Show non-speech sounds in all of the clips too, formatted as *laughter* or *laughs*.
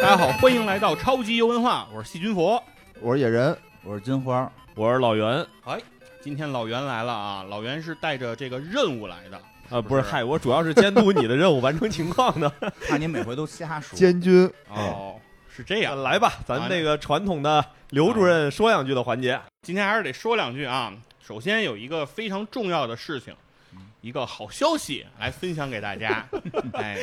家好，欢迎来到超级游文化，我是细菌佛。我是野人，我是金 *laughs* 花，我是老袁今天老袁来了啊，老袁是带着这个任务来的，啊，不不是是，嗨，我主要是监督你的任务完成情况的。怕你每回都瞎说。监军哦，是这样。哎呃来吧，咱们这个传统的刘主任说两句的环节。今天还是得说两句啊。首先有一个非常重要的事情，一个好消息来分享给大 *laughs* 家。哎，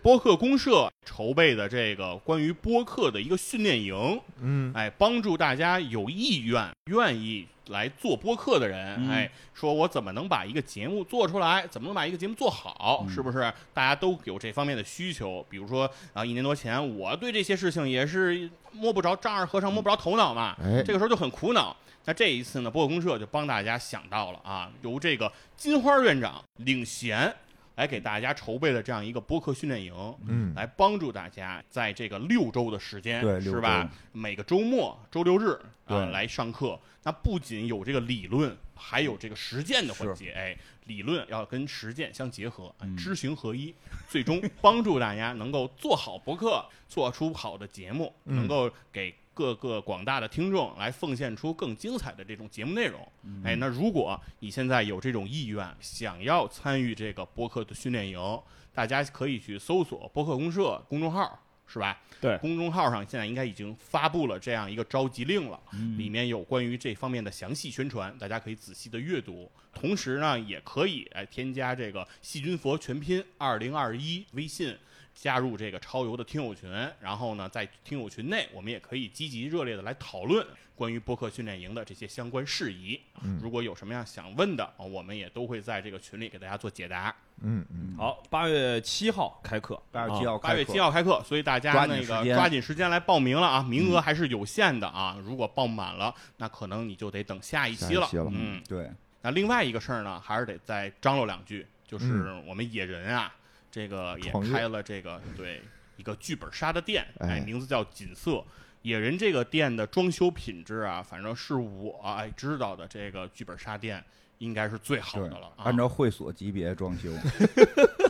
播客公社筹备的这个关于播客的一个训练营，嗯，哎，帮助大家有意愿、愿意来做播客的人，嗯哎，说我怎么能把一个节目做出来，怎么能把一个节目做好，嗯是不是？大家都有这方面的需求。比如说啊，一年多前，我对这些事情也是摸不着丈二和尚摸不着头脑嗯嘛，哎这个时候就很苦恼。那这一次呢，播客公社就帮大家想到了啊，由这个金花院长领衔来给大家筹备了这样一个播客训练营。嗯，来帮助大家在这个六周的时间，对六是吧周？每个周末、周六日啊对来上课。那不仅有这个理论，还有这个实践的环是节。哎，理论要跟实践相结合，哎嗯知行合一，最终帮助大家能够做好博客，做出好的节目，嗯能够给。各个广大的听众来奉献出更精彩的这种节目内容，哎，那如果你现在有这种意愿，想要参与这个播客的训练营，大家可以去搜索播客公社公众号，是吧？对公众号上现在应该已经发布了这样一个召集令了，嗯里面有关于这方面的详细宣传，大家可以仔细的阅读。同时呢，也可以哎添加这个细菌佛全拼二零二一微信。加入这个超游的听友群，然后呢，在听友群内，我们也可以积极热烈的来讨论关于播客训练营的这些相关事宜。嗯如果有什么样想问的，啊我们也都会在这个群里给大家做解答。嗯嗯，好，八月七号开课，八月七号哦八哦开月课七号开课，所以大家抓紧那时个间嗯抓紧时间来报名了啊，名额还是有限的啊。如果报满了，那可能你就得等下一期了。下一期了嗯，对，那另外一个事儿呢，还是得再张罗两句，就是我们野人啊，这个也创业开了这个对一个剧本杀的店，哎哎，名字叫锦瑟。野人这个店的装修品质啊，反正是我哎知道的这个剧本杀店应该是最好对的了。啊按照会所级别装 *laughs* 修，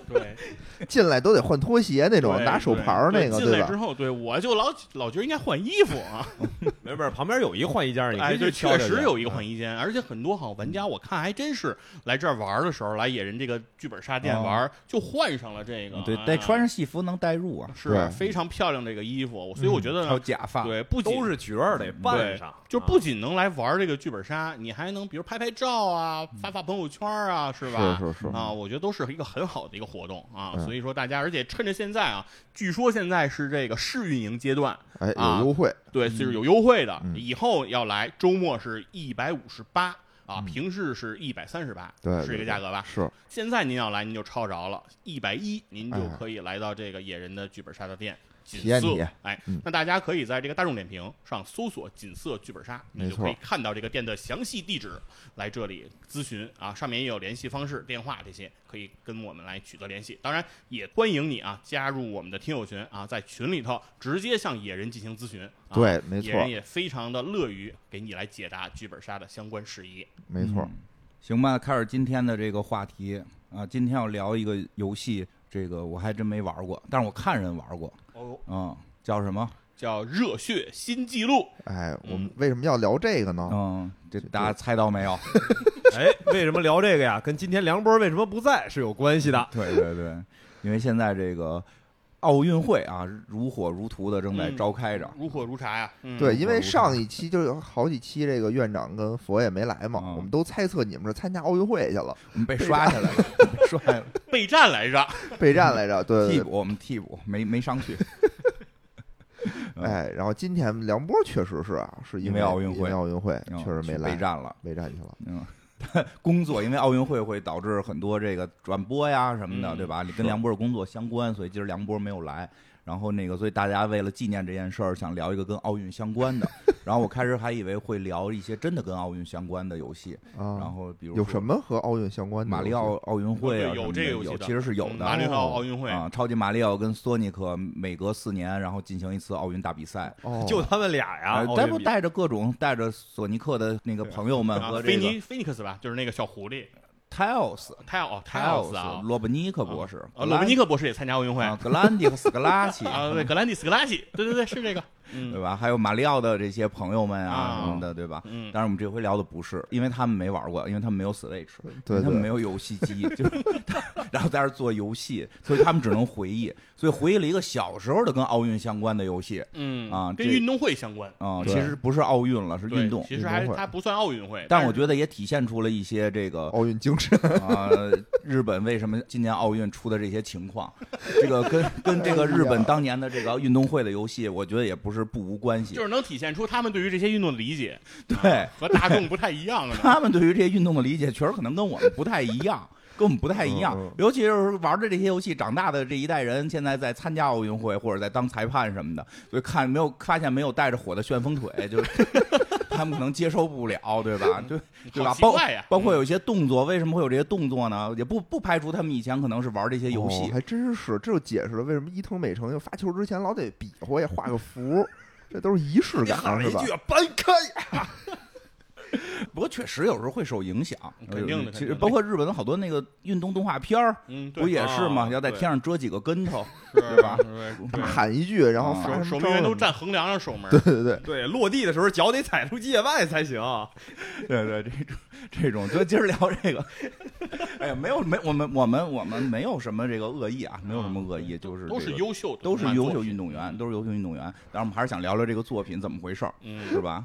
对嗯进来都得换拖鞋那种，对拿手牌儿对那个，进来之吧？后，对我就老老觉得应该换衣服啊。 *laughs* 没事儿，旁边有一换衣间，你可哎，以去对，挑确着去实有一个换衣间，而且很多好玩家，我看还真是来这儿玩儿的时候，来野人这个剧本杀店玩儿，就换上了这个，对哎，得穿上戏服能代入啊，是对嗯非常漂亮这个衣服，我所以我觉得还有呢，假发，嗯对，不仅都是角儿得扮上，就啊不仅能来玩儿这个剧本杀，你还能比如拍拍照啊，发发朋友圈儿啊，是吧？嗯是是是嗯啊，我觉得都是一个很好的一个活动啊，嗯所以说大家，而且趁着现在啊，据说现在是这个试运营阶段，哎，啊有优惠，对，就是有优惠的，嗯以后要来周末是一百五十八啊，平时是一百三十八，嗯对是这个对价啊格吧？是现在您要来，您就抄着了，一百一，您就哎可以来到这个野人的剧本杀的店。锦体验瑟体验，哎嗯，那大家可以在这个大众点评上搜索“锦瑟剧本杀”，你没就可以错看到这个店的详细地址，来这里咨询啊，上面也有联系方式、电话这些，可以跟我们来取得联系。当然，也欢迎你啊加入我们的听友群啊，在群里头直接向野人进行咨询。啊、对没错野人也非常的乐于给你来解答剧本杀的相关事宜。没错嗯，。行吧，开始今天的这个话题啊，今天要聊一个游戏，这个我还真没玩过，但是我看人玩过，哦，嗯，叫什么？叫热血新纪录，哎，我们嗯为什么要聊啊这个呢？嗯，这大家猜到没有？ *laughs* 哎，为什么聊这个呀？跟今天梁波为什么不在是有关系的。对对对，因为现在这个奥运会啊，如火如荼的正在嗯召开着，如火如茶呀、嗯，对，因为我不上一期就有好几期，这个院长跟佛爷没来嘛，嗯我们都猜测你们是参加奥运会去了，我们被刷下来了， *laughs* 被刷下来了。备战来着。备战来着，对替对补，我们替补没没上 *laughs* 去。对，哎，然后今天梁波确实是啊，是因嗯因为奥运会因为奥运会嗯确实没去来备，战了。备战去了，嗯，工作因为奥运会会导致很多这个转播呀什么的，嗯对吧？你跟梁波的工作相关，所以今儿梁波没有来。然后那个，所以大家为了纪念这件事儿，想聊一个跟奥运相关 *laughs* 的。然后我开始还以为会聊一些真的跟奥运相关的游戏，啊，然后比如有说什么和奥运相关的马游戏？里奥奥运会啊对什么有的，这个游戏有的其实是有的。马里奥奥运会，啊，超级马里奥跟索尼克每隔四年，然后进行一次奥运大比赛。哦，就他们俩呀，呃奥带运不比带着各种带着索尼克的那个朋友们啊和菲这个尼菲尼克斯吧，就是那个小狐狸， Tiles 泰奥泰奥斯啊 Tiles，，罗布尼克博士，呃，罗布尼克博士也参加奥运会啊，格兰迪和斯格拉奇， *laughs* 啊，对，格兰蒂斯格拉西，对对对，是 *laughs* 这个，对嗯吧？还有马里奥的这些朋友们啊啊什么的，对吧？嗯，但是我们这回聊的不是，因为他们没玩过，因为他们没有 Switch，对他们没对，有游戏 *laughs* 机，就是然后在这儿做游戏，所以他们只能回忆，所以回忆了一个小时候的跟奥运相关的游戏嗯啊跟这运动会相关，啊、对其实不是奥运了，是对运动。其实还运动会它不算奥运会，但是我觉得也体现出了一些这个奥运精神，啊、日本为什么今年奥运出的这些情况， *laughs* 这个跟跟这个哎日本当年的这个运动会的游戏，我觉得也不是不无关系就。是能体现出他们对于这些运动的理解，对啊，和大众不太一样呢。他们对于这些运动的理解，确实可能跟我们不太一 *laughs* 样，跟我们不太一样嗯嗯。尤其是玩的这些游戏长大的这一代人，现在在参加奥运会或者在当裁判什么的，所以看没有发现没有带着火的旋风腿，就是 *laughs* 他们可能接受不了，对吧？嗯对 *laughs* 对吧好？奇怪呀，包括有一些动作，为什么会有这些动作呢？也不不排除他们以前可能是玩这些游哦戏，还真是，这就解释了为什么伊藤美诚就发球之前老得比划呀，画个符，这都是仪式感是吧？搬开呀！ *laughs* 不过确实有时候会受影响，肯定的其肯定实的包括日本的好多那个运动动画片儿，嗯，对不也是吗？啊要在天上遮几个 *laughs* 跟头，对对吧对对喊一句，然后啊发手什守门么招员儿都站横梁上 *laughs* 守门，对对对， *laughs* 对，落地的时候脚得踩出界外才行。对对，这种这种，就今儿聊这个。哎呀，没有没我们我们我们没有什么这个恶意啊，没有什么恶意，就是嗯都这是个优秀的，都是优秀运动。动员，都是优秀运动员。但是我们还是想聊聊这个作品怎么回事儿，嗯是吧？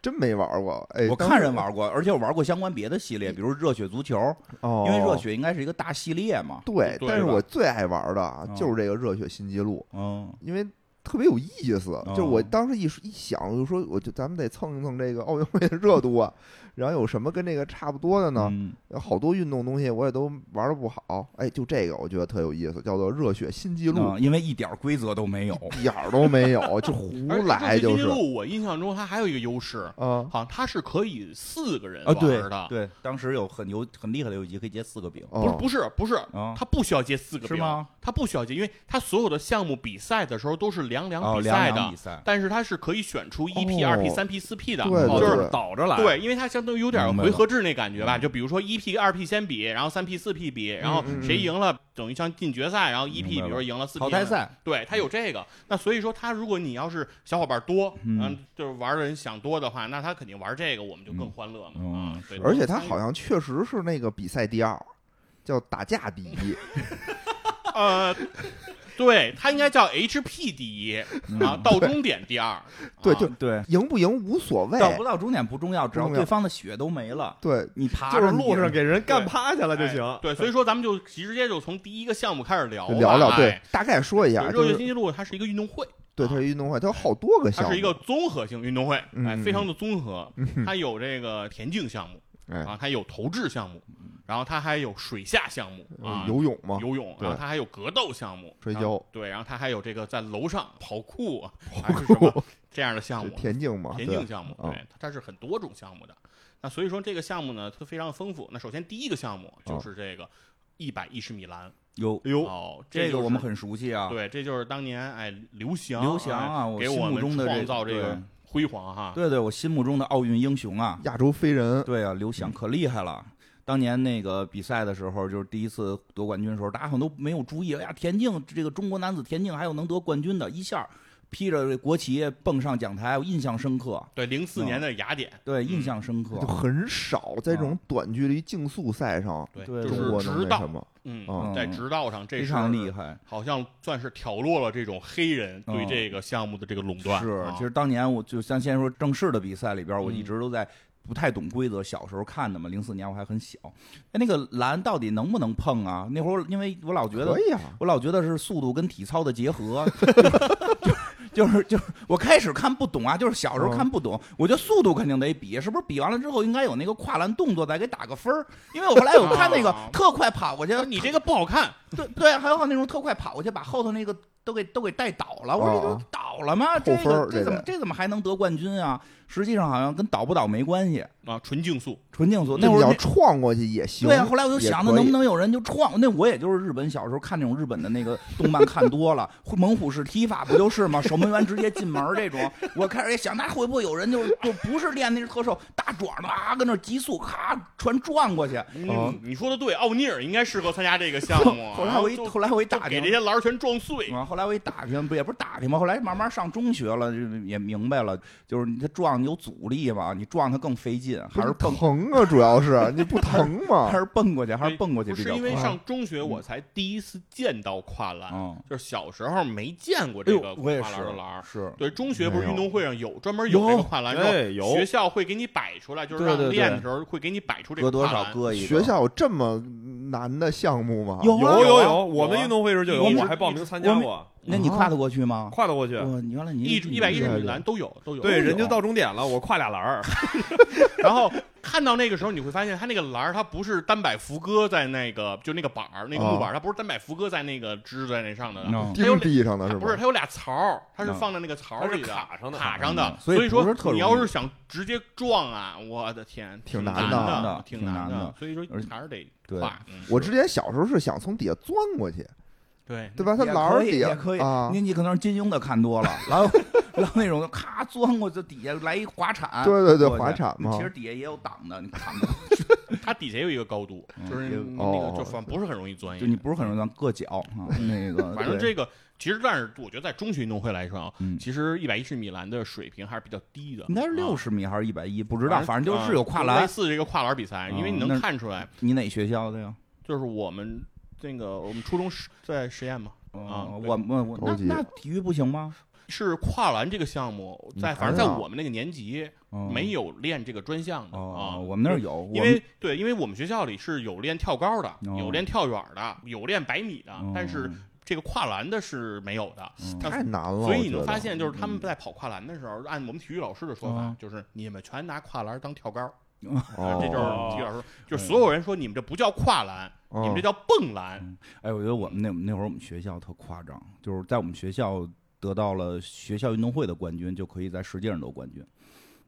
真没玩过。哎，我当看时人玩过，而且我玩过相关别的系列，比如热血足球，哦，因为热血应该是一个大系列嘛。对，对但是吧我最爱玩的啊哦就是这个热血新纪录，嗯，因为特别有意思。哦就是我当时一一想，我就说，我就咱们得蹭一蹭这个奥运会的热度啊。然后有什么跟这个差不多的呢？嗯有好多运动东西我也都玩的不好，哎，就这个我觉得特有意思，叫做热血新纪录，嗯因为一点规则都没有。一点儿都没有，就胡而且来这就个是金鹿，我印象中它还有一个优势，啊。好像它是可以四个人 *laughs* 啊，玩对的，对，当时有很有很厉害的游戏，可以接四个饼不是哦，不是不是，啊，它不需要接四个是兵吗？它不需要接，因为它所有的项目比赛的时候都是两两哦，比两赛场的比，赛，但是它是可以选出一 P、哦二 P、三 P、四 P 的，对哦就哦，就是是倒着来。，对，因为它相当于有点明白了嗯回合制那感觉吧，就比如说一 P、二 P 先比，然后三 P、四 P 比，然后嗯嗯谁赢了等于像进决赛，然后一 P 明白比了如说赢了四啊 P 淘汰，赛。对，它有这个。那所以说，它如果你要是小伙伴多，嗯嗯，就是玩的人想多的话，那他肯定玩这个，我们就更欢乐嗯嘛，啊是，对而且他好像确实是那个比赛第二，叫打架 *laughs* 第一，呃，对他应该叫 HP 第一啊，到终点第二。嗯 *laughs* 对啊就嗯 *laughs* 对，赢不赢无所谓，到不到终点不重要，只要不重要对方的血都没了，对，你爬就是着路上你给人干趴下了就哎行。对，所以说咱们就直接就从第一个项目开始聊吧聊聊，对哎，大概说一对下，就热血是新纪录它是一个运动会，对它是运动会，它有好多个项它目，是一个综合性运动会，哎，嗯非常的综合。它有这个田径项目哎啊，它有投掷项目，然后它还有水下项目啊，嗯游泳嘛，游泳，对然后它还有格斗项目，摔跤然后对，然后它还有这个在楼上跑酷啊还是什么这样的项目，田径啊嘛，田对径项目，嗯对，它它是很多种项目的。那所以说这个项目呢，它非常丰富。那首先第一个项目嗯就是这个一百一十米栏，有哎哟，哦，这就个是我们很熟悉啊，对，这就是当年哎刘翔刘翔啊，哎我给心我目们中的创造这个对辉煌哈，对对，我心目中的奥运英雄啊，亚洲飞 *laughs* 人，对啊，刘翔可厉害了。当年那个比赛的时候，就是第一次夺冠军的时候，大家好像都没有注意。哎呀，田径这个中国男子田径还有能得冠军的，一下披着这国旗蹦上讲台，我印象深刻。对，零四嗯年的雅典，对，印象深刻就。嗯很少在这种短距离竞速赛上，对，对啊就中是国能直那道什，么，嗯，嗯在直道上这 *laughs* 非是常厉害。好像算是挑落了这种黑人对嗯这个项目的这个垄断。是，啊其实当年我就像现在说正式的比赛里边，我一嗯直都在不太懂规则，小时候看的嘛，零四年我还很小。哎，那个篮到底能不能碰啊？那会儿因为我老觉得可，以啊，我老觉得是速度跟体操的结合。 *laughs* 就就是就是，我开始看不懂啊，就是小时候哦看不懂，我觉得速度肯定得比，是不是？比完了之后应该有那个跨栏动作，再给打个分儿。因为我后来有看那个特快跑过去，你这个不好看，对对，啊还有那种特快跑过去把后头那个都给都给带倒了。我说这啊都倒了吗？扣分儿这个这这怎么得这怎么还能得冠军啊？实际上好像跟倒不倒没关系，啊，纯竞速，纯竞速。就那会你儿要那撞过去也行。对啊，后来我就也想，可那能以不能有人就创？那我也就是日本小时候看那种日本的那个动漫看多了，会猛虎式踢法不就是吗？守门员直接进门儿这种，我开始也想，那会不会有人就就不是练那个特瘦大壮的啊，跟那儿急速咔船转过去？嗯，你说的对，奥尼尔应该适合参加这个项目。哦啊 *laughs* 后来我一然后就后来我一就打给听这，些篮儿全撞碎，啊，后来我一打听，不也不是打听嘛，后来慢慢上中学了，就也明白了，就是你这撞有阻力嘛，你撞它更费劲，还是蹦疼啊？主要是你不疼吗还？是蹦过去，还是蹦过去不比是较因为快。上中学我才第一次见到跨栏，嗯，就是小时候没见过哎这个呦，我跨也栏的篮儿。是，对，中学不是没有运动会上有专门有这个跨栏，有然后哎有学校会给你摆出来，就是对对让对练的时候会给你摆出这隔个多跨少栏。搁一个学校有这么难的项目吗？有啊有有啊有，我有们啊运动会时候就有，我们我还报名参加过，那啊你跨得过去吗？跨得过去。哇，你原来你一一百一十对米对栏都有都有。对，都有人家到终点了，我跨俩栏儿， *laughs* 然后看到那个时候，你会发现它那个栏儿，它不是单摆福哥在那个就那个板儿那个木板儿，它不是单摆福哥在那个支在那上的，哦嗯还有钉地上的它是吗？不是它有俩槽儿，它是嗯放在那个槽儿它是里的卡上的卡上的嗯，所所以不说是特容你易要是想直接撞啊，我的天，挺难难的挺挺难难的所以说而且还是得对跨。嗯我之前小时候是想从底下钻过去，对对吧？它也栏儿可以底也可以啊，你你可能是金庸的看多了，然后然后那种咔钻过去，底下来一滑铲，对对对，过去滑铲嘛其，实底下也有挡的，你看 *laughs* 不到，它底下有一个高度，嗯就是也那个哦就反不是很容易钻。就你不是很容易钻硌脚 *laughs* 啊。那个，反正对这个其实，但是我觉得在中学运动会来说啊，嗯其实一百一十米栏的水平还是比较低的，应该是啊六十米还是一百一，不知道，反正就啊是有跨类栏。似这个跨栏比赛，因为你嗯能那看出来，你哪学校的啊呀？就是我们那个我们初中是在实验嘛，啊哦对我我我高那级那体育不行吗？是跨栏这个项目，在嗯反正在还是啊我们那个年级哦没有练这个专项的啊，哦，我们那儿有，我因们为对，因为我们学校里是有练跳高的，哦有练跳远的，有练百米的，啊但是哦这个跨栏的是没有的。嗯那太难了。所以我你觉能得发现，就是他们在跑跨栏的时候，按我们体育老师的说法哦，就是你们全拿跨栏当跳高，哦，这就是体育老师，哦就是所有人说你们这不叫跨栏，你们这嗯叫蹦栏。哎，我觉得我们那那会儿我们学校特夸张，就是在我们学校得到了学校运动会的冠军，就可以在世界上得冠军，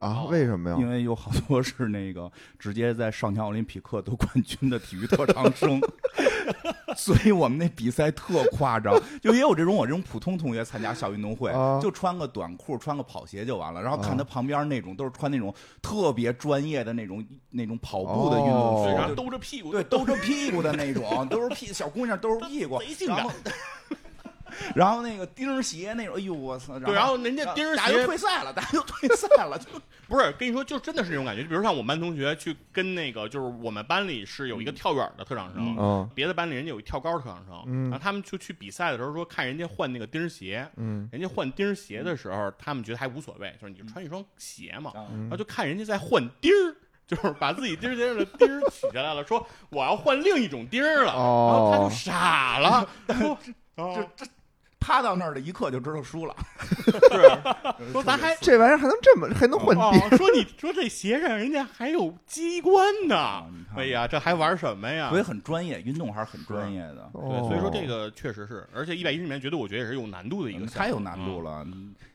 啊，为什么呀因？为有好多是那个直接在上乔奥林匹克得冠军的体育特长生。 *laughs* 所以我们那比赛特夸张，就也有这种我这种普通同学参加校运动会啊，就穿个短裤，穿个跑鞋就完了。然后看他旁边那种都是穿那种特别专业的那种那种跑步的运动哦对，然服后，兜着屁股，对，兜着屁股的那种，都是屁小姑娘兜着屁股，贼性感然后。 *laughs* 然后那个钉鞋那种，哎呦我操！对，然后人家钉儿大家就鞋退赛了，大家就退赛了，就不是跟你说，就真的是那种感觉。就比如像我们班同学去跟那个，就是我们班里是有嗯一个跳远的特长生，嗯别的班里人家有一跳高特长生，嗯然后他们就去比赛的时候说看人家换那个钉儿鞋，嗯人家换钉儿鞋的时候，他们觉得还无所谓，就是你就穿一双鞋嘛，啊嗯然后就看人家在换钉儿。 *laughs* 就是把自己钉儿鞋上的钉儿取下来了，说我要换另一种钉儿了，然后他就哦，傻 *laughs* 了，说就啊这趴到那儿的一刻就知道输了。 *laughs* 是说咱还这玩意儿还能这么还能混地？哦，说你说这鞋上人家还有机关呢啊，你看哎呀，这还玩什么呀？所以很专业，运动还是很专业的，对，所以说这哦个确实是，而且一百一十米，绝对我觉得也是嗯有难度的一个项目，太有难度了。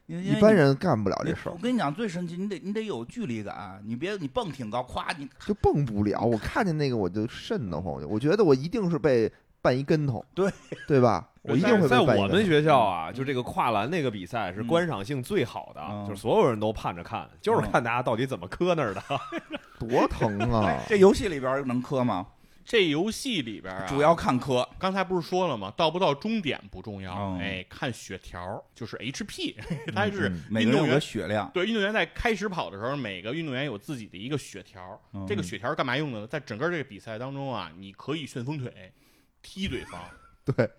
因为一般人干不了你这事儿我，跟你讲，最神奇，你得你得有距离感，啊你别你蹦挺高，夸哎你就蹦不了。我看见那个我就瘆得慌，我就我觉得我一定是被绊一跟头，对对吧？我一定会被在绊我一们跟头。学校啊，就这个跨栏那个比赛是嗯观赏性最好的，嗯就是所有人都盼着看，就是看大家到底怎么磕那儿的。多疼啊！ *laughs* 这游戏里边能磕吗？这游戏里边啊，主要看磕，刚才不是说了吗？到不到终点不重要，哦哎，看血条，就是 HP，它嗯是每运个人动有员个。血量。对，运动员在开始跑的时候，每个运动员有自己的一个血条。嗯这个血条干嘛用的呢？在整个这个比赛当中啊，你可以旋风腿踢对方，对，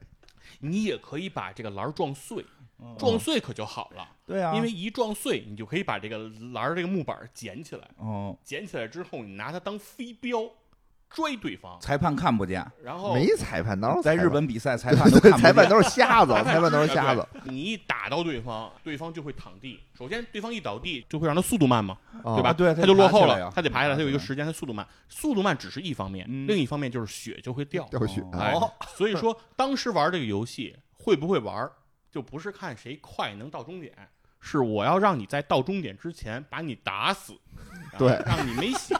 你也可以把这个篮儿撞碎，嗯撞碎可就好了。对啊，因为一撞碎，你就可以把这个栏儿、这个木板儿捡起来，哦，捡起来之后，你拿它当飞镖追对方，裁判看不见，然后没裁判，哪有哦在裁判日？本比赛裁判都看不见。 *laughs* 裁判都是 *laughs* 瞎子，裁判裁判都是瞎子哎对你一打到对方，对方就会躺地。首先，对方一倒地就会让他速度慢嘛，啊对吧？啊对他他就得落爬后起来了呀，他得爬下来，爬他有一起个来时间，他速度慢。速度慢只是一方面，嗯另一方面就是血就会掉。掉血。哦哎哎哦，所以 *laughs* 说当时玩这个游戏会不会玩，就不是看谁快能到终点，是我要让你在到终点之前把你打死，啊对让你没 *laughs* 血，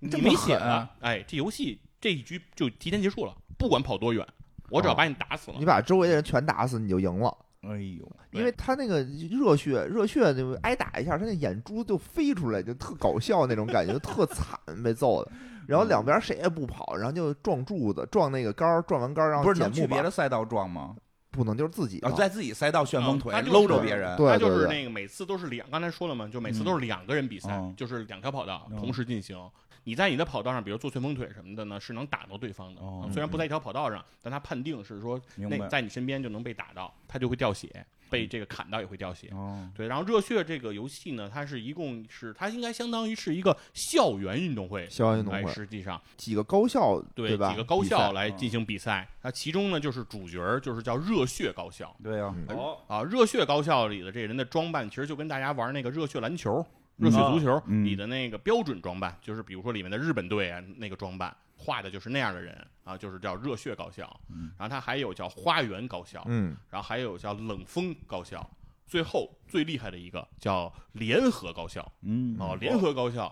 你这么没血狠啊了，哎，这游戏这一局就提前结束了，不管跑多远，我哦只要把你打死了你。把周围的人全打死，你就赢了。哎呦，对因为他那个热血，热血就挨打一下，他那眼珠就飞出来，就特搞笑那种感觉，就 *laughs* 特惨被揍的。然后两边谁也不跑，然后就撞柱子，撞那个杆儿，撞完杆儿然后不是捡能木去别板，的赛道撞吗？不能就是自己啊，的在自己赛道旋风腿嗯他就是搂着别人，对嗯他就是那个每次都是两，刚才说了嘛，就每次都是两个人比赛，嗯就是两条跑道嗯同时进行。你在你的跑道上，比如做旋风腿什么的呢，是能打到对方的。哦虽然不在一条跑道上，但他判定是说明那白？在你身边就能被打到，他就会掉血，嗯被这个砍到也会掉血。哦，对，然后热血这个游戏呢，它是一共是它应该相当于是一个校园运动会，校园运动哎，会，实际上几个高校对吧？几个高比赛嗯校来进行比赛，那其中呢就是主角儿就是叫热血高校对呀，嗯哦，啊，热血高校里的这人的装扮其实就跟大家玩那个热血篮球、热啊血足球嗯里的那个标准装扮，就是比如说里面的日本队啊那个装扮。画的就是那样的人啊，就是叫热血高校，嗯然后它还有叫花园高校，嗯，然后还有叫冷锋高校，最后最厉害的一个叫联合高校嗯，啊、联合高校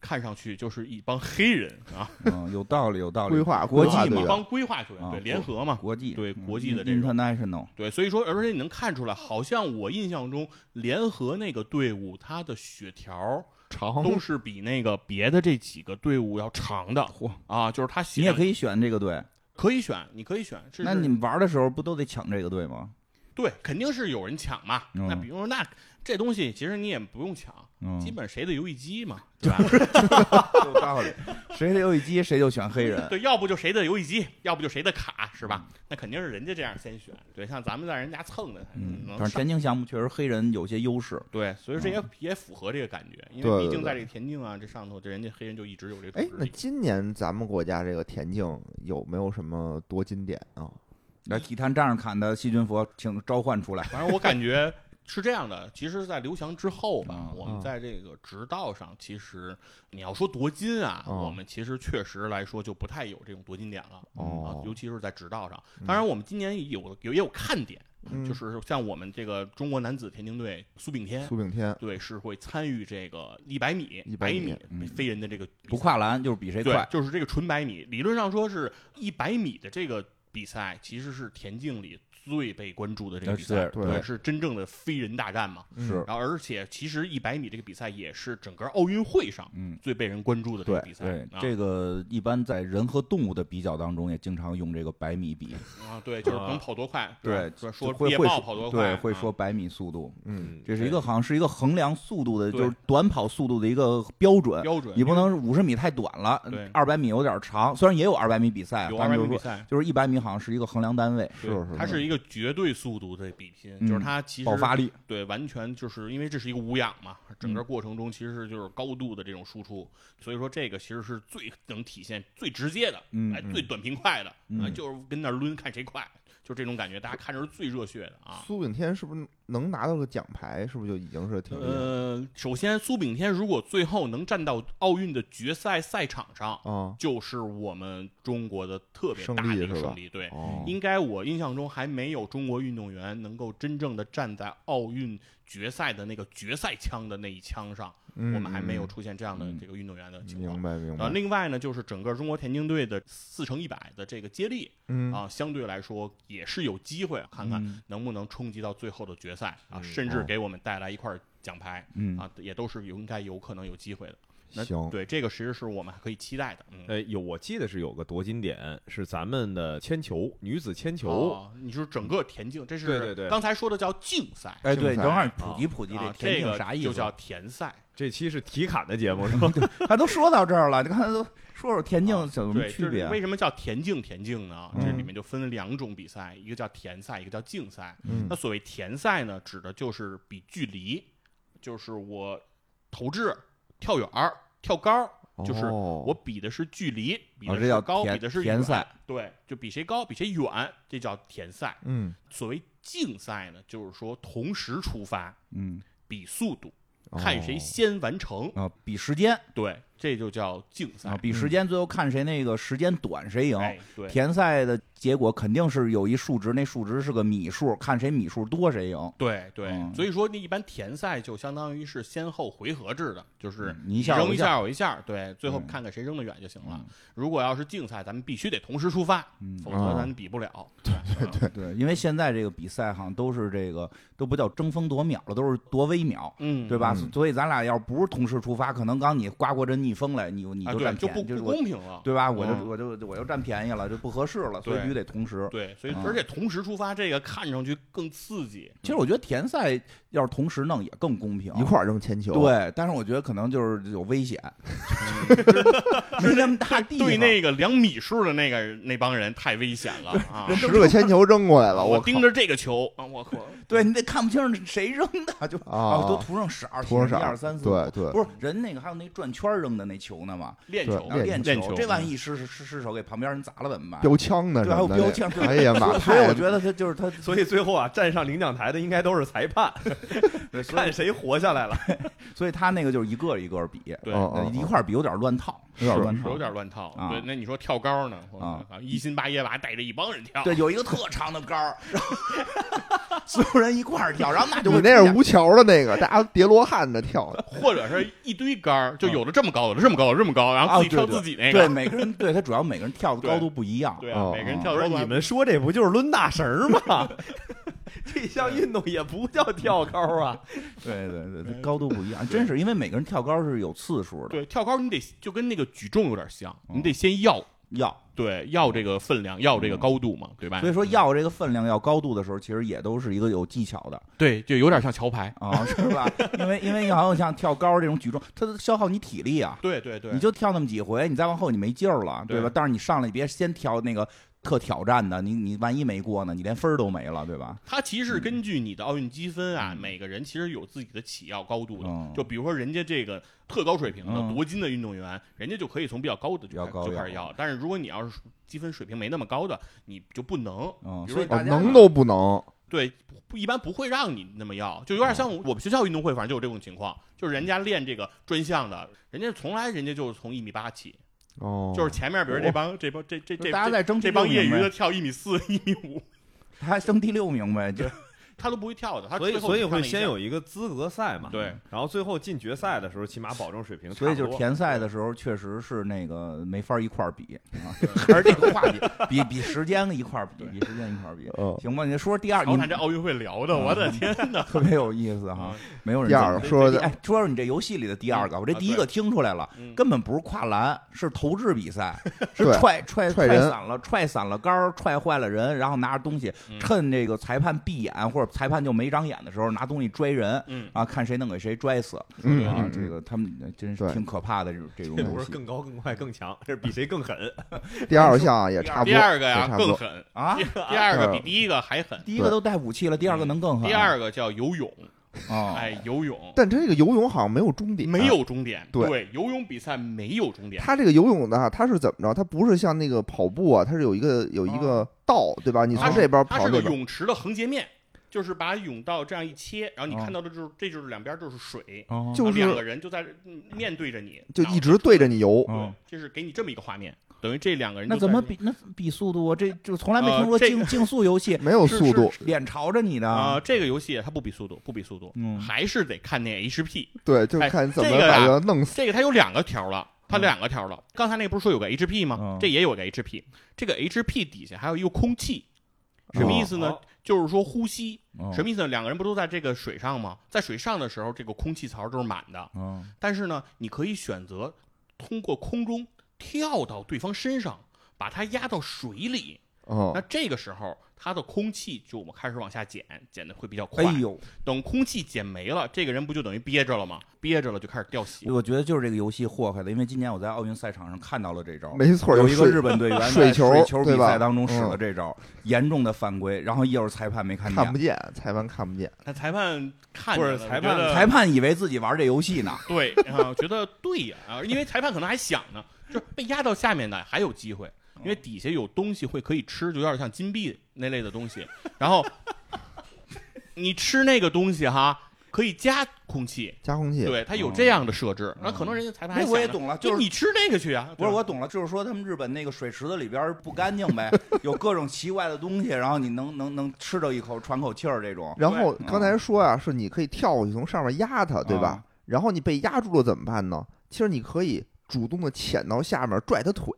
看上去就是一帮黑人啊，嗯，有道理，有道理，规划国际嘛规划队一员帮规划球员，啊对国联合嘛，国际对嗯国际的这种 international，对，所以说而且你能看出来，好像我印象中联合那个队伍，它的血条长都是比那个别的这几个队伍要长的嚯，啊，就是它血你也可以以选这个队，可以选，你可以选，是那是你们玩的时候不都得抢这个队吗？对肯定是有人抢嘛，嗯那比如说那这东西其实你也不用抢，嗯，基本谁的游戏机嘛，对吧？有道理，谁的游戏机谁就选黑人，对，要不就谁的游戏机，要不就谁的卡，是吧？那肯定是人家这样先选。对，像咱们在人家蹭的，嗯，反能上。正田径项目确实黑人有些优势，对，所以这也也符合这个感觉，因嗯对为对毕竟对在这个田径啊这上头，这人家黑人就一直有这个哎统，治那力。今年咱们国家这个田径有没有什么多金点啊？来体坛仗上砍的细菌佛，请召唤出来。反正我感觉是这样的，其实，在刘翔之后吧嗯，我们在这个直道上，其实你要说夺金啊，嗯我们其实确实来说就不太有这种夺金点了。啊哦，，尤其是在直道上，嗯当然我们今年有有也有看点，嗯就是像我们这个中国男子田径队苏炳添，苏炳添，对，是会参与这个一百米、 100百米嗯飞人的这个比不赛跨栏就是比谁对快，，就是这个纯百米。理论上说是一百米的这个比赛，其实是田径里最被关注的这个比赛，呃对对，是真正的飞人大战嘛。嗯是，然后，而且其实一百米这个比赛也是整个奥运会上嗯，最被人关注的这个对比赛。对，啊这个一般在人和动物的比较当中也经常用这个百 *laughs* 米比，啊，对，就是能啊跑多快，对说说会猎会豹说跑多快，对，会啊说百米速度，嗯，这是一个好像是一个衡量速度的，对就是短跑速度的一个标准。标准，你不能五十米太短了对，二百米有点长。虽然也有二百米比赛，啊有但二是百就米是比说赛。就是一百米好像是一个衡量单位，嗯是对是它是是一个绝对速度的比拼，嗯就是它其实爆发力。对，完全就是因为这是一个无氧嘛，整嗯个过程中其实是就是高度的这种输出，所以说这个其实是最能体现最直接的，嗯哎，最短平快的，嗯哎就是跟那儿抡看谁快，就这种感觉，大家看着是最热血的啊。苏炳添是不是能拿到个奖牌？是不是就已经是挺厉害的呃，首先苏炳添如果最后能站到奥运的决赛赛场上，啊？就是我们中国的特别胜大的利一个是吧胜利，对。哦，应该我印象中还没有中国运动员能够真正的站在奥运决赛的那个决赛枪的那一枪上，我我们还没有出现这样的嗯这个运动员的情况嗯明。白明啊，白，另外呢，就是整个中国田径队的四乘一百的这个接力嗯啊，相对来说也是有机会啊看看嗯能不能冲击到最后的决赛啊，嗯甚至哦给我们带来一块奖牌嗯，啊，也都是有应该有可能有机会的。那行，对，这个其实是我们还可以期待的。嗯，哎，有我记得是有个夺金点是咱们的铅球，女子铅球，哦，你说整个田径，这是对对对刚才说的叫竞赛，哎，竞对，赛等会儿普及普及啊，田个径啥意就思？叫田赛，这期是体砍的节目是吧？他都说到这儿了，你看他都说说田啊径怎么对，区别就是？为什么叫田径？田径呢？嗯这里面就分两种比赛，一个叫田赛，一个叫竞赛。嗯那所谓田赛呢，指的就是比距离，就是我投掷、跳远儿、跳高儿，就是我我比的是距离，比哦的这叫是高，田比的是田远赛，对，就比谁高，比谁远，这叫田赛。嗯所谓竞赛呢，就是说同时出发，嗯哦哦比速度，看谁先完成。啊，比时间对，这就叫竞赛啊，。比时间最后看谁那个时间短谁赢。嗯哎，对，田赛的结果肯定是有一数值，那数值是个米数，看谁米数多谁赢。对对，嗯所以说那一般田赛就相当于是先后回合制的，就是嗯你一下扔我一一下下我一下，对，最后嗯看看谁扔得远就行了嗯。如果要是竞赛，咱们必须得同时出发，嗯否则咱们比不了。对对对，对，因为现在这个比赛好像都是这个都不叫争分夺秒了，都是夺微秒，嗯，对吧？嗯所以咱俩要不是同时出发，可能刚你刮过阵逆风来，你你啊，就对，占就便宜，不就是不我公平了。对吧？我就嗯我就我又占便宜了，就不合适了，所以对必须得同时。对，所以嗯而且同时出发，这个看上去更刺激。其实我觉得田赛要是同时弄也更公平，一块儿扔铅球，，对，但是我觉得可能就是有 *laughs* 危险，没那么大地方。对那个两米数的那个那帮人太危险了啊！十个铅球扔过来了，我靠盯着这个球啊，我靠！对你得看不清是谁扔的，就哦啊，都涂上色儿，涂上色一儿二三四，对对不是人那个还有那转圈儿扔的那球呢嘛，练对球，然后练练练球嗯这万一失失失手给旁边人砸了怎么办？标枪呢对，还什有么的，标枪，对哎呀妈，所以太我觉得他就是他，所以最后啊，站上领奖台的应该都是裁判，对所看以谁活下来了。所以他那个就是一个一个比，呃对哦哦哦一块儿比有点乱套，有点是乱套，有点乱套。啊对，那你说跳高呢？我啊靠一心八耶娃带着一帮人跳， *laughs* 对，有一个特长的杆儿，然 *laughs* 后所有人一块儿跳，然后那就你会那是出吴桥的那个，大家叠罗汉的跳的，或者是一堆杆儿，就有的这么高，有的这么高，有的这么高，然后自己啊跳对对自己那现对个。每个人对他主要每个人跳的对高度不一样，对啊，哦每个人哦跳不高是都你们说这不就是抡大绳儿吗？ *laughs* 这项运动也不叫跳高 *laughs* 啊，对对对哎对，高度不一样，真是因为每个人跳高是有次数的，对跳高，你得就跟那个举重有点像，哦你得先要要。对哎要这个分量，要这个嗯高度嘛，对吧？嗯所以说要这个分量要高度的时候，其实也都是一个有技巧的对，就有点像桥牌。啊，是吧？因为因为好像像跳高这种举重，它都消耗你体力啊，对对对，你就跳那么几回，你再往后你没劲儿了，对吧？对但是你上来你别先跳那个特挑战的，你你万一没过呢，你连分儿都没了，对吧？它其实是嗯根据你的奥运积分啊，每个人其实有自己的起要高度的。嗯，就比如说人家这个特高水平的嗯夺金的运动员，人家就可以从比较高的比就较开高就开要始要。但是如果你要是积分水平没那么高的，你就不能。嗯，比如说所以哦大家能都不能，对，不一般不会让你那么要，就有点像我们学校运动会，反正就有这种情况，就是人家练这个专项的，人家从来人家就是从一米八起，哦，就是前面比如这帮这帮这这这大家这在争这第帮六业余名的呗，跳一米四、一米五，他还争第六名呗，就他都不会跳的，他所以最后所以只看会了一先下有一个资格赛嘛，对，然后最后进决赛的时候，起码保证水平差不所多。以就是田赛的时候，确实是那个没法一块儿比啊，还是这个话题， *laughs* 比比时间一块儿比，对比时间一块儿比。嗯，行吧，你说说第二，瞧你咱这奥运会聊嗯的，我的天哪！特别有意思哈啊，，没有人第二这么说这的哎，说说你这游戏里的第二个，嗯我这啊第一个听出来了，嗯根本不是跨栏，是投掷比赛，是对踹踹踹踹人散了踹散了杆儿，踹坏了人，然后拿着东西嗯趁这个裁判闭眼或者裁判就没长眼的时候拿东西拽人。嗯，啊，看谁能给谁拽死嗯啊！嗯这个他们真是对挺可怕的这种这种这不东是西更高、更快、更强，这是比谁更狠。第二项也差不多，第二个也呀差不更多，狠，啊第！第二个比第一个还狠。第一个都带武器了，第二个能更狠。第二个叫游泳，啊，哎，游泳但这个游泳好像没有终点，没。有终点，对对，游泳比赛没有终点，他这个游泳的，它是怎么着？它不是像那个跑步啊，它是有一个有一个道，对吧？你从它是这边它跑哦是个那边，泳池的横截面，就是把泳道这样一切，然后你哦看到的就是这就是两边就是水，哦就然后两个是人就在这嗯面对着你，就然后一直对着你游，对，这是给你这么一个画面，等于这两个人哦那嗯就在怎么比？那怎么比速度啊？这就从来没听呃说这竞竞速游戏没有速度，是是脸朝着你的啊？这个游戏它不比速度，不比速度，嗯还是得看那 HP，对，就哎看怎么这个呀把它弄死。这个它有两个条了。它嗯两个条了，刚才那不是说有个 HP 吗嗯？这也有个 HP，这个 HP 底下还有一个空气，什么意思呢哦？就是说呼吸，哦什么意思呢？两个人不都在这个水上吗？在水上的时候，这个空气槽就是满的，哦但是呢，你可以选择通过空中跳到对方身上，把它压到水里。那哦嗯，这个时候，它的空气就我们开始往下减，减的会比较快。哎呦，等空气减没了，这个人不就等于憋着了吗？憋着了就开始掉血。我觉得就是这个游戏祸害的，因为今年我在奥运赛场上看到了这招。没错，有就一个睡日本队员在水球水球对比吧赛当中使了这招，严重的犯规，然后一会儿裁判没看看不见，见，裁判看不见。那裁判看不见是了，裁觉判得呃裁判以为自己玩这游戏呢。 *laughs* 对啊，觉得对呀啊，因为裁判可能还想呢，就是被压到下面的还有机会，因为底下有东西会可以吃，就有点像金币那类的东西，然后你吃那个东西哈，可以加空气，加空气，对，它有这样的设置。那可能人家裁判还那哎我也想着，懂了，就就是你吃那个去啊？不是对吧我懂了，就是说他们日本那个水池子里边不干净呗，有各种奇怪的东西，然后你能能能吃着一口喘口气儿这种。然后对刚嗯才说呀、是你可以跳过去从上面压它，对吧？啊然后你被压住了怎么办呢？其实你可以主动的潜到下面拽他腿，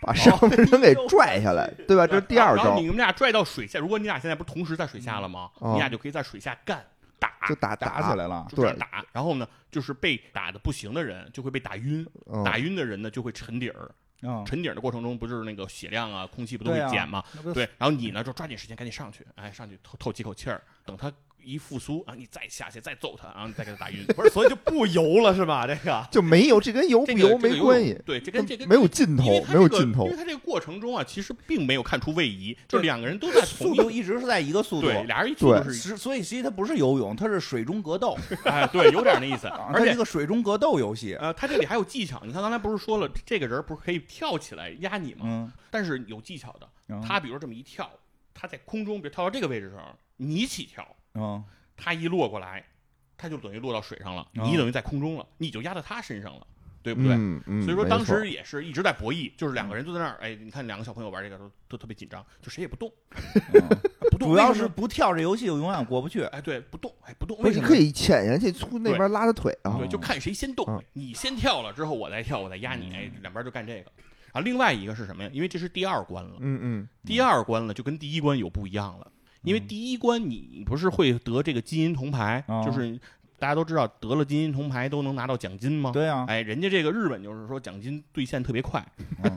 把上面人给拽下来，对吧？这是第哦二哎然后然招后你，们俩拽到水下，如果你俩现在不是同时在水下了吗？嗯你俩就可以在水下干打，就打打起，来了，就这样对打。然后呢，就是被打的不行的人就会被打晕，嗯、打晕的人呢就会沉底儿。嗯，沉底儿的过程中，不是那个血量啊、空气不都会对啊减吗？那不对，然后你呢就抓紧时间赶紧上去，哎，上去透透几口气儿，等他一复苏啊，你再下去再揍他，然后你再给他打晕。 *laughs* 不是，所以就 *laughs* 不游了是吧？这个就没有这跟游不这个游这个没游关泳系，嗯对，这跟这跟没有尽头因为，他没有这个尽头因为。他这个过程中啊，其实并没有看出位移，就对两个人都在同速一度一直是在一个速度，对，俩人一速对度是是所以其实它不是游泳，它是水中格斗，哎，对，有点那意思，啊而它是且一。个水中格斗游戏。呃，他这里还有技巧，你看刚才不是说了，这个人不是可以跳起来压你吗？嗯，但是有技巧的，嗯他比如这么一跳，他在空中，比如跳到这个位置上，你一起跳， *laughs* 嗯他一落过来，他就等于落到水上了，你等于在空中了，你就压到他身上了，对不对？嗯嗯，所以说没当错时也是一直在博弈，就是两个人就在那儿，哎，你看两个小朋友玩这个都都特别紧张，就谁也不动，哎嗯哦不动，主要为什是么呢不跳这游戏我永远过不去。哎，对，不动，哎，不动，不为是什你么呢？可以潜下去，从那对边拉他腿啊对，，就看谁先动，嗯你先跳了之后我再跳，我再压你，哎，两边就干这个。啊，另外一个是什么呀？因为这是第二关了，嗯嗯，第二关了就跟第一关有不一样了，因为第一关你不是会得这个金银铜牌，哦就是大家都知道得了金银铜牌都能拿到奖金吗？对啊，哎，人家这个日本就是说奖金兑现特别快，嗯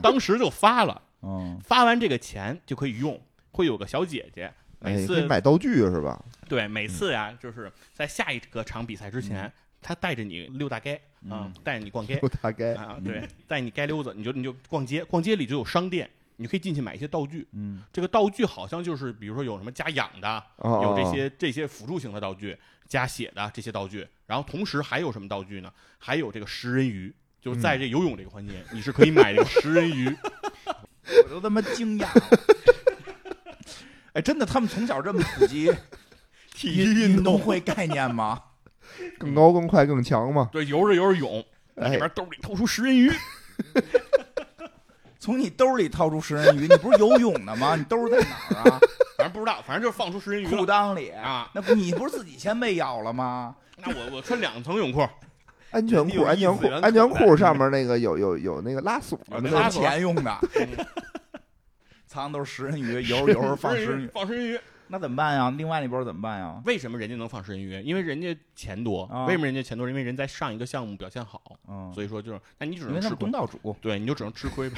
*laughs* 当时就发了，嗯，发完这个钱就可以用，会有个小姐姐，哎，每可以次买道具是吧？对每次呀、就是在下一个场比赛之前，她带着你溜大街啊、嗯带着你逛街就大概啊，对，带你街溜子，你就你就逛街，逛街里就有商店。你可以进去买一些道具，嗯，这个道具好像就是，比如说有什么加氧的，有有哦这些这些辅助型的道具，加血的这些道具，然后同时还有什么道具呢？还有这个食人鱼，就是嗯在这游泳这个环节，你是可以买这个食人鱼。我都他妈惊讶。哎，真的，他们从小这么普及 *laughs* 体育运动会概念吗？ *laughs* 更高、更快、更强嘛。对，游着游着 *laughs* 泳，哎里边兜里掏出食人鱼，从你兜里掏出食人鱼，你不是游泳呢吗？你兜在哪儿啊？反正不知道，反正就是放出食人鱼了。裤裆 *laughs* 里啊？那不你不是自己先被咬了吗？那我我穿两层 *laughs* 泳裤，安全挺有裤、安意全思裤、原安全裤裤上面那个有有有那个拉锁有的那那拉拿锁钱用的， *laughs* 藏的都是食人鱼，游着游着放食人人鱼鱼，放食人鱼。那怎么办呀？另外那波怎么办呀？为什么人家能放食人鱼？因为人家钱多。啊为什么人家钱多？因为人在上一个项目表现好，嗯，所以说就是，那你只因为能他吃们亏东。道主。对，你就只能吃亏呗。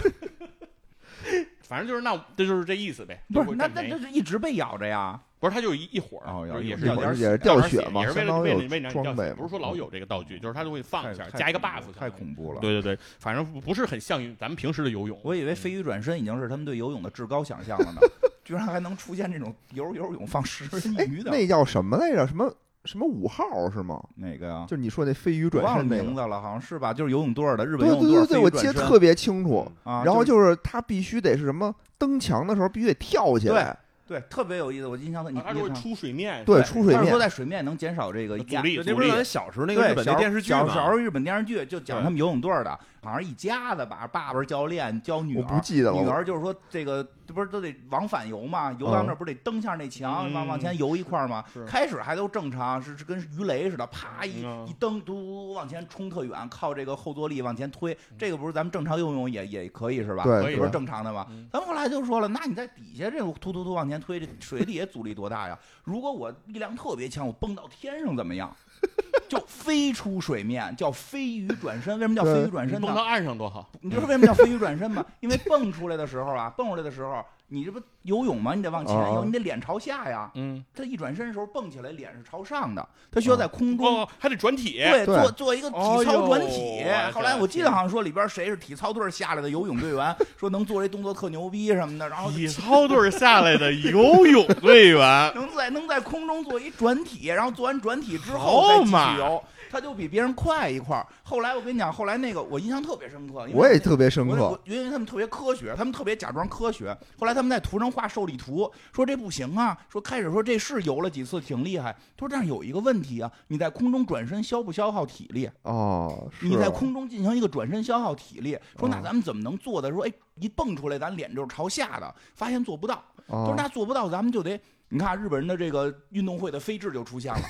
*laughs* 反正就是那，这就是这意思呗。不，就是会那占那便宜那是一直被咬着呀。不是，它就是一一伙儿，哦就是也要是要要点会儿儿也是血掉要点儿血血嘛也是为相了当于为有了为了让你装掉备血，嘛不是说老有这个道具，就是它就会放一下，太加一个恐怖 buff 太恐怖怖了。对对对，反正不不是很像于咱们平时的游泳。我以为飞鱼转身已经是他们对游泳的至高想象了呢， *laughs* 居然还能出现这种游着游着泳放食哎人鱼，的。那叫什么来着？什么什么五号是吗？哪个呀？就是你说那飞鱼我转忘了身那名个。字了，好像是吧？就是游泳队儿的日本对游对泳队儿对飞对，鱼我转记得身特别 *laughs* 清楚。啊，然后就就是他必须得是什么蹬墙的时候必须得跳起来，对特别有意思。我印象的你，啊它就会你看出水面，对，出水他是面说。在水面能减少这个阻力那阻不是力咱。小时候那对个日本小那电视剧小吗？小时候日本电视剧就讲对他们游泳队儿的，好像一家子吧，爸爸是教练教女我儿不，记得女了，儿就是说这个这不是都得往返游嘛，游到那嗯儿不是得蹬下那墙，嗯往往前游一块儿嘛是。开始还都正常，是是跟鱼雷似的，啪一嗯一蹬，嘟嘟嘟往前冲特远，靠这个后坐力往前推。嗯这个不是咱们正常游泳也也可以是吧？对可以这不是吧正常的吗嗯？咱们后来就说了，那你在底下这种突突突往前推，这水底下阻力多大呀？如果我力量特别强，我蹦到天上怎么样？ *laughs* 就飞出水面，叫飞鱼转身。为什么叫飞鱼转身蹦呢到？岸上多好，你知道为什么叫飞鱼转身吗？因为蹦出来的时候啊，蹦出来的时候，你这不游泳吗？你得往前哦游，你得脸朝下呀。嗯，它一转身的时候蹦起来，脸是朝上的，它需要在空中。哦，还得转体，对，啊对做做一个体操转体哎哎呦我的。后来我记得好像说里边谁是体操队下来的游泳队员，说能做这动作特牛逼什么的， *laughs* 然后体操队下来的游 *laughs* 泳队员，能在能在空中做一转体，然后做完转体之后再继续游，他就比别人快一块儿。后来我跟你讲，后来那个我印象特别深刻，因为我也那个特别深我刻我。因为他们特别科学，他们特别假装科学。后来来他们在图上画受力图，说这不行啊，说开始说这是游了几次挺厉害，他说但是有一个问题啊，你在空中转身消不消耗体力？哦，是你在啊空中进行一个转身消耗体力，说那哦咱们怎么能做的？说哎，一蹦出来咱脸就是朝下的，发现做不到。他说哦，那做不到，咱们就得你看日本人的这个运动会的飞制就出现 *laughs* 了，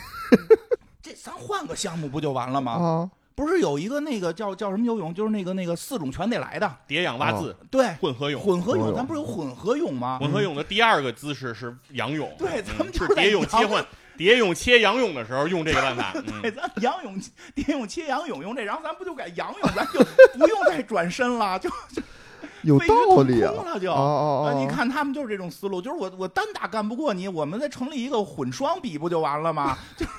这咱换个项目不就完了吗？啊，不是有一个那个叫叫什么游泳，就是那个那个四种全得来的，蝶仰蛙字、对，混合泳，混合游泳，泳咱不是有混合泳吗？混合泳的第二个姿势是仰泳，对咱们嗯就是在蝶泳仰切换，蝶泳切仰泳的时候用这个办法，对， *laughs* 嗯，哎咱仰泳、蝶泳、切仰泳用这，然后咱不就改仰泳，咱 *laughs* 就不用再转身了，就有飞鱼腾道理啊，空了就。哦哦啊，哦，你看他们就是这种思路，就是我我单打干不过你，我们再成立一个混双比不就完了吗？ *laughs* 就是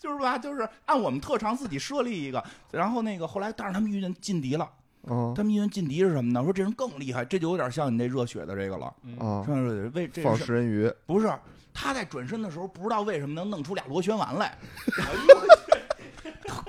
就是吧，就是按我们特长自己设立一个，然后那个后来，但是他们遇见劲敌了，哦他们遇见劲敌是什么呢？说这人更厉害，这就有点像你那热血的这个了，嗯哦，像热血为嗯这放是食人鱼，哦不是他在转身的时候，不知道为什么能弄出俩螺旋丸来。哎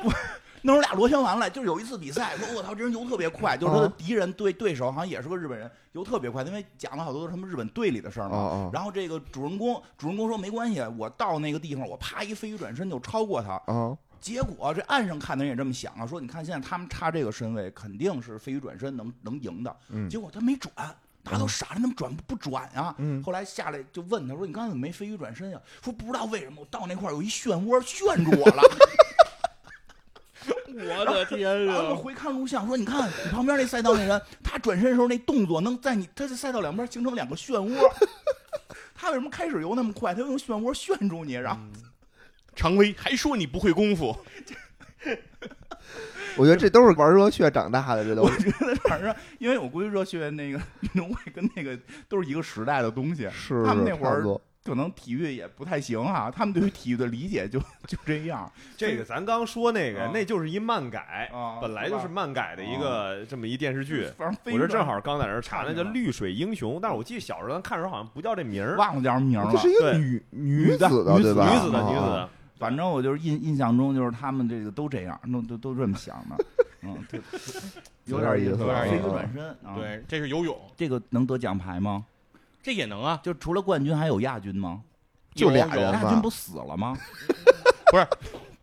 我 *laughs* 弄出俩螺旋丸来，就是有一次比赛，说我操，这人游特别快，就是他的啊敌人对对手好像也是个日本人，游特别快，因为讲了好多都是他们日本队里的事儿哦嘛。哦然后这个主人公，主人公说没关系，我到那个地方，我啪一飞鱼转身就超过他。哦，结果这岸上看的人也这么想啊，说你看现在他们插这个身位，肯定是飞鱼转身能能赢的。嗯哦结果他没转，大家都傻了，怎么转不不转啊？嗯后来下来就问他说：“你刚才怎么没飞鱼转身呀、说不知道为什么，我到那块儿有一漩涡旋住 *laughs* 我了。我的天然后我！回看录像，说你看你旁边那赛道那人，他转身的时候那动作能在你他在赛道两边形成两个漩涡。 *laughs* 他为什么开始游那么快？他用漩涡旋住你，然嗯后常威还说你不会功夫，我觉得这都是玩热血长大的，这都我觉得 *laughs* 反正，因为我估计热血那个运动会跟那个都是一个时代的东西，是他们那会儿差不多可能体育也不太行啊。他们对于体育的理解就就这样这个咱刚说那个啊，那就是一漫改，啊，本来就是吧漫改的一个这么一电视剧。反正飞啊我这鱼正好刚在那儿查，看那见叫了《绿水英雄》，但是我记得小时候咱看的时候好像不叫这名儿，忘了叫什么名儿这了是。一个对女女女的啊子的女对子吧？女子的女子啊的，反正我就是印印象中就是他们这个都这样，都都都这么想的。嗯，对，有点意思，有点意思飞鱼转身啊。，对，这是游泳，这个能得奖牌吗？这也能啊，就除了冠军还有亚军吗？就有俩有人亚吧军不死了吗？不是，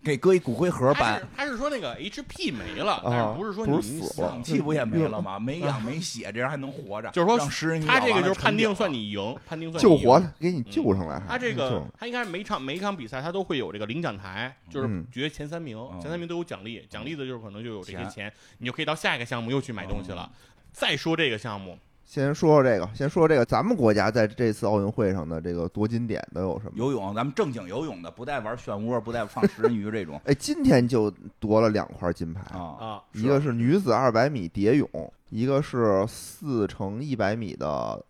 给搁一骨灰盒他搬是。他是说那个 HP 没了，啊但是不是说不你是死死了氧气不也没了 *laughs* 吗？没氧没血，这人还能活着，就是说让食人鱼他这咬个完了就是判定成算你赢，判定算你救活赢。了，嗯给嗯你救上来还。他这救个上来，他应该是每场每一场比赛，他都会有这个领奖台，就是嗯决前三名，嗯前三名都有奖励，奖励的就是可能就有这些钱哦钱，哦你就可以到下一个项目又去买东西了。再说这个项目，先说说这个，先说这个，咱们国家在这次奥运会上的这个夺金点都有什么？游泳，咱们正经游泳的，不带玩漩涡，不带放食人鱼这种哎，今天就夺了两块金牌，啊。 *laughs* 啊，一个是女子二百米蝶泳，一个是四乘一百米的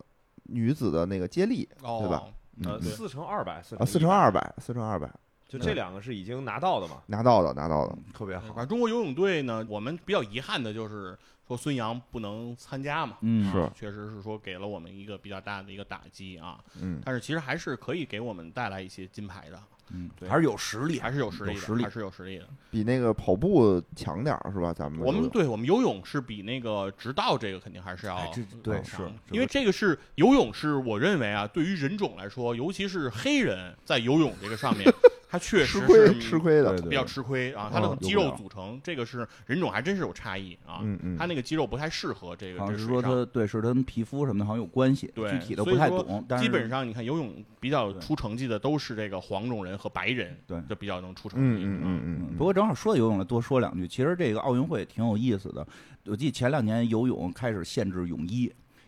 女子的那个接力哦，对吧？呃，嗯四乘二百，四啊，四乘100二，百，四乘二百就这两个是已经拿到的嘛？拿到的，拿到的。特别反。正中国游泳队呢，我们比较遗憾的就是说孙杨不能参加嘛，嗯，是确实是说给了我们一个比较大的一个打击啊。嗯，但是其实还是可以给我们带来一些金牌的，嗯，对还是有实力，还是有实力的，有实力还是有实力的。比那个跑步强点儿是吧？咱们我们游泳对我们游泳是比那个直道这个肯定还是要、哎这对要是强这因为个这个是游泳是我认为啊，对于人种来说，尤其是黑人在游泳这个上 *laughs* 面，他确实吃是亏吃亏的，比较吃亏啊，他的嗯肌有不肉了组成这个是人种还真是有差异啊，嗯嗯他那个肌肉不太适合这个好这像个是水说上他对，是他们皮肤什么的，好像有关系，对具体的不太所懂。但是基本上你看游泳比较对出成绩的都是这个黄种人和白人，对就比较能出成嗯绩。啊嗯嗯嗯嗯，嗯，不过正好说游泳了，多说两句。其实这个奥运会也挺有意思的。我记得前两年游泳开始限制泳衣，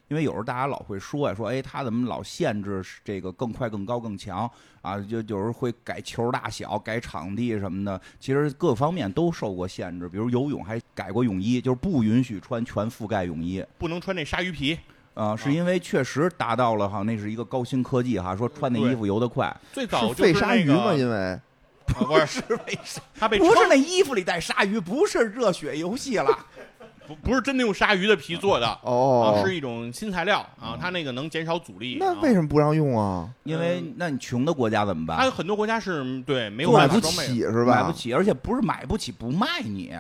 因为有时候大家老会说呀，说哎，他怎么老限制这个更快、更高、更强啊？就有时候会改球大小、改场地什么的。其实各方面都受过限制，比如游泳还改过泳衣，就是不允许穿全覆盖泳衣。不能穿这鲨鱼皮。啊，是因为确实达到了哈，那是一个高新科技哈，说穿那衣服游得快，最早是就是费鲨那鱼个吗？因为啊不是，他被不称是那衣服里带鲨鱼，不是热血游戏了。嗯不不是真的用鲨鱼的皮做的，哦啊，，是一种新材料啊，它那个能减少阻力。那啊为什么不让用啊？因为那你穷的国家怎么它办有？很多国家是对没有买办不法装备的。起是吧？买不起，而且不是买不起，不卖你。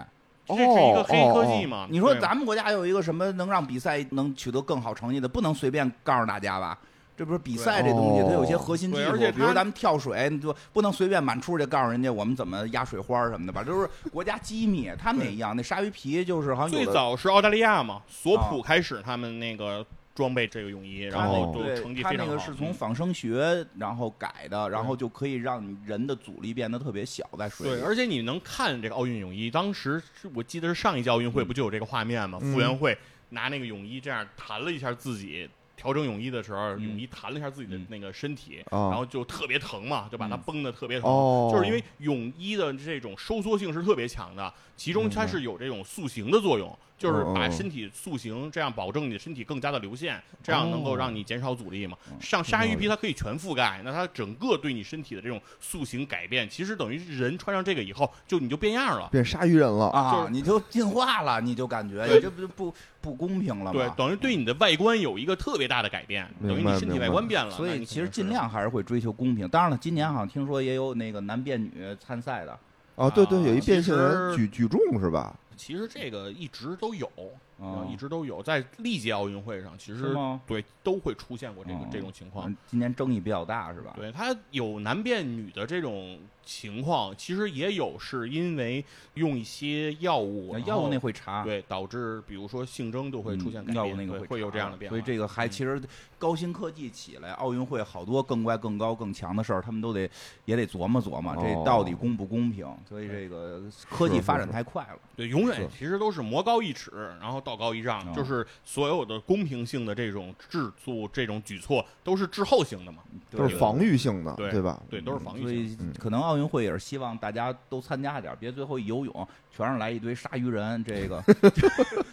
这是一个哦黑科技嘛？嘛？你说啊对啊咱们国家有一个什么能让比赛能取得更好成绩的，不能随便告诉大家吧？这不是比赛这东西，对它有些核心技哦对术，而且它比如咱们跳水，你就不能随便满出去告诉人家我们怎么压水花什么的吧？这都是国家机密，他们也一样。那鲨鱼皮就是好像最有的，早是澳大利亚嘛，索啊普开始他们那个装备这个泳衣，然后哦就对成绩他非那常好。嗯个是从仿生学然后改的，然后就可以让人的阻力变得特别小在水对，里。而且你能看这个奥运泳衣，当时是我记得是上一届奥运会嗯不就有这个画面吗？嗯傅园慧拿那个泳衣这样弹了一下自己，调整泳衣的时候，嗯泳衣弹了一下自己的嗯那个身体，哦然后就特别疼嘛，就把它嗯绷得特别疼。哦，就是因为泳衣的这种收缩性是特别强的，其中它是有这种塑形的作用，就是哦把身体塑形，这样保证你的身体更加的流线，这样能哦够让你减少阻力嘛。上鲨鱼皮它可以全覆盖，那它整个对你身体的这种塑形改变，其实等于是人穿上这个以后，就你就变样了。变鲨鱼人了。就啊是，你就进化了，你就感觉对你这不就不不公平了吗？对，等于对你的外观有一个特别大的改变，等明白于你身体外观变了。所那以你其实肯定尽是量还是会追求公平。当然了，今年好像听说也有那个男变女参赛的，哦，对对，啊有一其变性人实举举重是吧？其实这个一直都有，哦啊嗯，一直都有，在历届奥运会上，其是实吗？对都会出现过这个哦这种情况。今年争议比较大是吧？对他有男变女的这种情况，其实也有是因为用一些药物，那然后药物那会查，对导致，比如说性征就会嗯出现改变，药物那个对会会有查这样的变化。所以这个还嗯其实高新科技起来，奥运会好多更乖、更高、更强的事儿，他们都得也得琢磨琢磨，哦这到底公不公平？所以这个科技发展太快了，对永远是其实都是魔高一尺，然后道高一丈，哦就是所有的公平性的这种制度、这种举措都是滞后型的嘛，对都是防。御性的，对对吧？对，都是防御嗯所性。以嗯可能奥运会也是希望大家都参加点儿，别最后一游泳全是来一堆鲨鱼人，这 *laughs* 个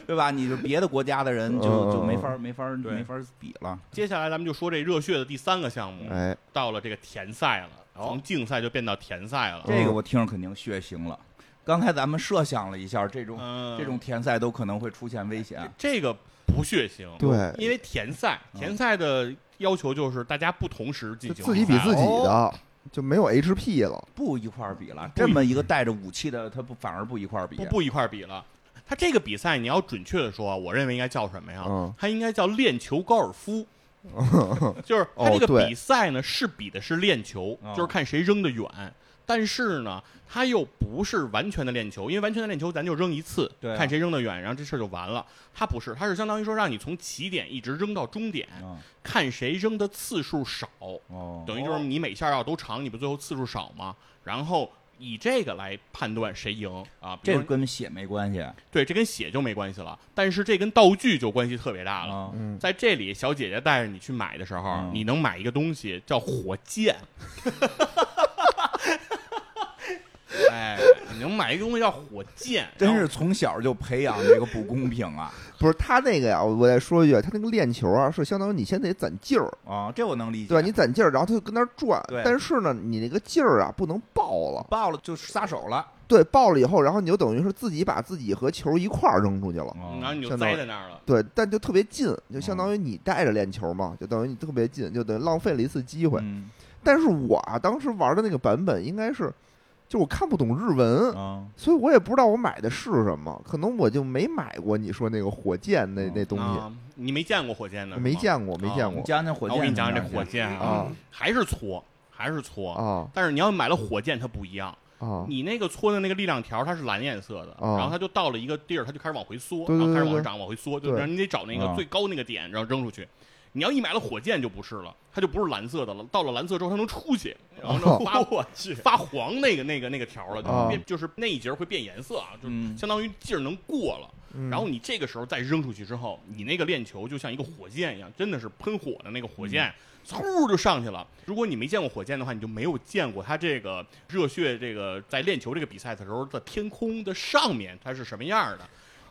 对吧？你就别的国家的人嗯嗯就就没嗯法儿没法儿对没法儿比了。接下来咱们就说这热血的第三个项目，哎，到了这个田赛了，哦从竞赛就变到田赛嗯了。这个我听着肯定血腥了。刚才咱们设想了一下，这种嗯，这种田赛都可能会出现危险。这个不血腥，对，因为田赛，啊嗯田赛的要求就是大家不同时进行就哦自己比自比赛己的，就没有 HP 了。不一块儿比了，不一这么一个带着武器的，他不反而不一块儿比。不不一块儿比了。他这个比赛，你要准确的说，我认为应该叫什么呀？嗯它应该叫练球高尔 *laughs* 夫，就是它这哦对个比赛呢是比的是练球，哦就是看谁扔得远。但是呢，它又不是完全的练球，因为完全的练球咱就扔一次，对啊看谁扔得远，然后这事儿就完了。它不是，它是相当于说让你从起点一直扔到终点，嗯看谁扔的次数少。哦，等于就是你每下要都长，你不最后次数少吗？然后以这个来判断谁赢啊。比这如个说跟血没关系对，这跟血就没关系了，但是这跟道具就关系特别大了。啊。 *laughs* 嗯，在这里，小姐姐带着你去买的时候，嗯你能买一个东西叫火 *laughs* 箭。哎，你能买一个东西叫火箭，真然后是从小就培养这个不公平 *laughs* 啊！不是他那个呀，我再说一句，他那个练球啊，是相当于你先得攒劲儿，啊，这我能理解。对吧？你攒劲儿，然后他就跟那儿转对，但是呢，你那个劲儿啊不能爆了，爆了就撒手了，对，爆了以后，然后你就等于是自己把自己和球一块儿扔出去了。哦嗯然后你就相当于栽在那儿了。对，但就特别近，就相当于你带着练球嘛，就等于你特别近，就等于浪费了一次机会。嗯但是我啊，当时玩的那个版本应该是，就我看不懂日文，啊所以我也不知道我买的是什么，可能我就没买过你说那个火箭那嗯那东西，啊，你没见过火箭呢？是吗没。见过，没啊见你过讲讲火啊箭，我给你讲讲这火箭啊还是搓，还是搓。啊但哦是你要买了火箭，它不一样。啊！你那个搓的那个力量条，它是蓝颜色的，哦然后它就到了一个地儿，它就开始往回缩，对对然后开始对往上对涨，往回缩，就对然后你得找那个啊最高那个点，然后扔出去。你要一买了火箭就不是了，它就不是蓝色的了，到了蓝色之后它能出去，然后能发、我去，发黄那个那个那个条了，就哦变、就是那一节会变颜色啊，就嗯相当于劲儿能过了。嗯然后你这个时候再扔出去之后，你那个链球就像一个火箭一样，真的是喷火的那个火箭，嗖就上去了。如果你没见过火箭的话，你就没有见过它这个热血这个在链球这个比赛的时候的天空的上面它是什么样的，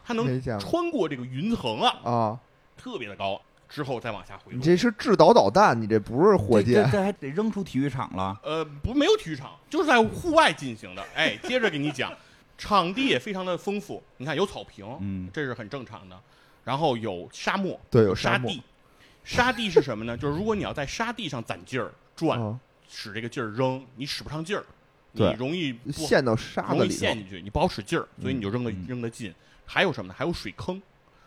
它没能见过穿过这个云层啊，啊，特特别的高，之后再往下回你落。这是制导导弹，你这不是火这箭这还得扔出体育场了。呃，不，没有体育场，就是在户外进行的。哎，接着给你讲，场地也非常的丰富，你看有草坪，嗯这是很正常的，然后有沙漠，对有沙沙漠地，沙地是什嗯么呢？就是如果你要在沙地上攒劲儿转，啊使这个劲儿扔，你使不上劲儿，你对容易不陷到沙子容易里头陷，进去，你不好使劲儿，所以你就扔的、嗯扔的近。还有什么呢？还有水坑，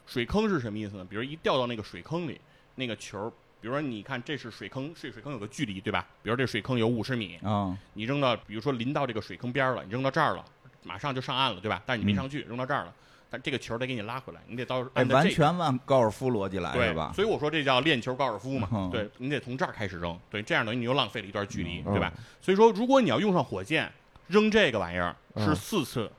水坑是什么意思呢？比如一掉到那个水坑里，那个球儿，比如说你看这是水坑，这水坑有个距离对吧？比如这水坑有五十米，啊，你扔到，比如说临到这个水坑边儿了，你扔到这儿了，马上就上岸了对吧？但是你没嗯上去，扔到这儿了，但这个球儿得给你拉回来，你得到哎，按照完这个。全按高尔夫逻辑来对是吧？所以我说这叫练球高尔夫嘛，嗯对你得从这儿开始扔，对，这样等于你又浪费了一段距离，嗯对吧？所以说，如果你要用上火箭扔这个玩意儿，是嗯四次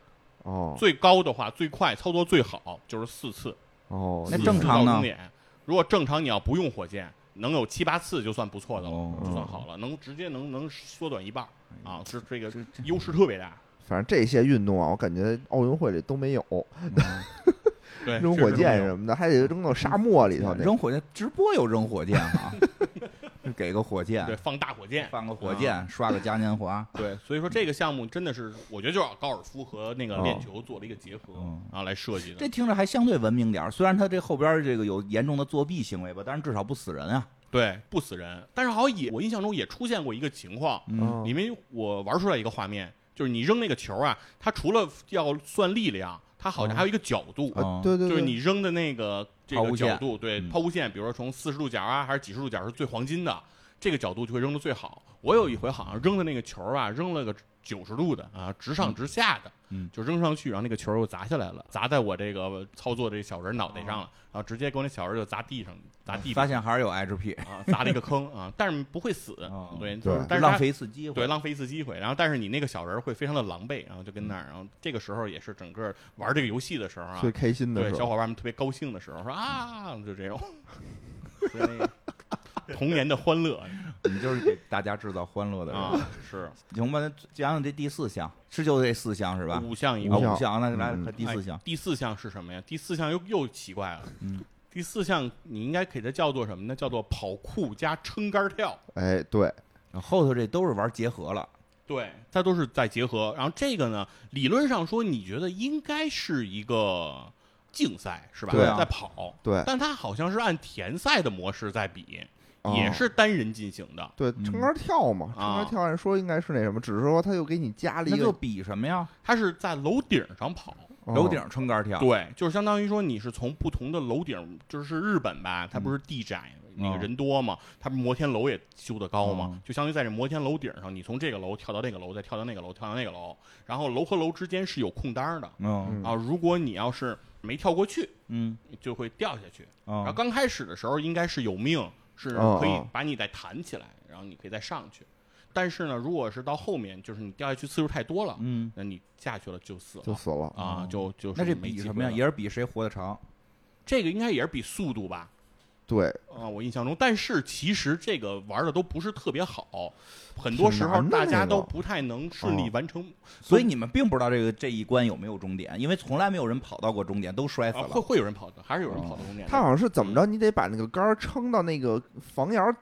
哦最高的话，最快操作最好就是四次，哦，那四正次常到呢终点。如果正常你要不用火箭，能有七八次就算不错的了，哦就算好了，能直接能能缩短一半儿啊，是这个这这优势特别大。反正这些运动啊，我感觉奥运会里都没有，嗯对，扔哦确火实箭没有什么的，还得扔到沙漠里头那。扔火箭，直播有扔火箭啊， *laughs* 给个火箭对，放大火箭，放个火箭，刷个嘉年华，对，所以说这个项目真的是，我觉得就是高尔夫和那个哦练球做了一个结合，嗯然后来设计的这。听着还相对文明点儿。虽然他这后边儿这个有严重的作弊行为吧，但是至少不死人啊。对，不死人，但是好像也我印象中也出现过一个情况，哦嗯，因为我玩出来一个画面，就是你扔那个球啊，它除了要算力量，它好嗯像还有一个角度，啊，对对嗯就对，是你扔的那个这抛个物角线度，对，嗯抛物线，比如说从四十度角啊，还是几十度角是最黄金的，这个角度就会扔的最好。我有一回好像扔的那个球啊，扔了个九十度的啊，直上直下的，嗯就扔上去，然后那个球又砸下来了，砸在我这个操作这小人脑袋上了，然后直接给我那小人就砸地上，砸地哦发上现还是有 HP，啊，砸了一个坑啊，但是不会死哦，对，就是对但是浪它费一次机会对，。浪费一次机会。然后，但是你那个小人儿会非常的狼狈，然后就跟那儿，然嗯后这个时候也是整个玩这个游戏的时候啊最，开心的对时小候，伙伴们特别高兴的时候，说啊，就这种，所以那个童年的欢乐 *laughs* 你就是给大家制造欢乐的人。啊，是行吧，那讲讲这第四项，是就这四项是吧？五项一五个啊，项五项，那来嗯看第四项哎。第四项是什么呀？第四项又又奇怪了，嗯第四项你应该给它叫做什么呢？叫做跑酷加撑杆跳。哎，对，后头这都是玩结合了，对，它都是在结合。然后这个呢，理论上说，你觉得应该是一个竞赛是吧？对啊在跑，对但它好像是按田赛的模式在比，哦也是单人进行的。对，嗯撑杆跳嘛，撑啊杆跳按说应该是那什么，只是说他又给你加了那一就个哦比什么呀？它是在楼顶上跑，楼顶撑杆啊跳。对，就是相当于说你是从不同的楼顶，就是日本吧，它不是地窄，那嗯个哦人多嘛，它不是摩天楼也修得高嘛，哦就相当于在这摩天楼顶上，你从这个楼跳到那个楼，再跳到那个楼，跳到那个楼，然后楼和楼之间是有空档的嗯嗯啊。如果你要是没跳过去，嗯就会掉下去。然后啊，刚开始的时候应该是有命，是哦可以哦把你再弹起来，然后你可以再上去。但是呢，如果是到后面，就是你掉下去次数太多了，嗯，那你下去了就死就了死了，啊，哦就就是那这没比机什会么呀？了也是比谁活得长。这个应该也是比速度吧？对，啊，我印象中，但是其实这个玩的都不是特别好，很多时候挺难的大那家个都不太能顺利哦完成，所以你们并不知道这个这一关有没有终点，因为从来没有人跑到过终点，都摔死啊会了。会有人跑的，还是有人跑的终点的。他好像是怎么嗯着，你得把那个杆儿撑到那个房檐儿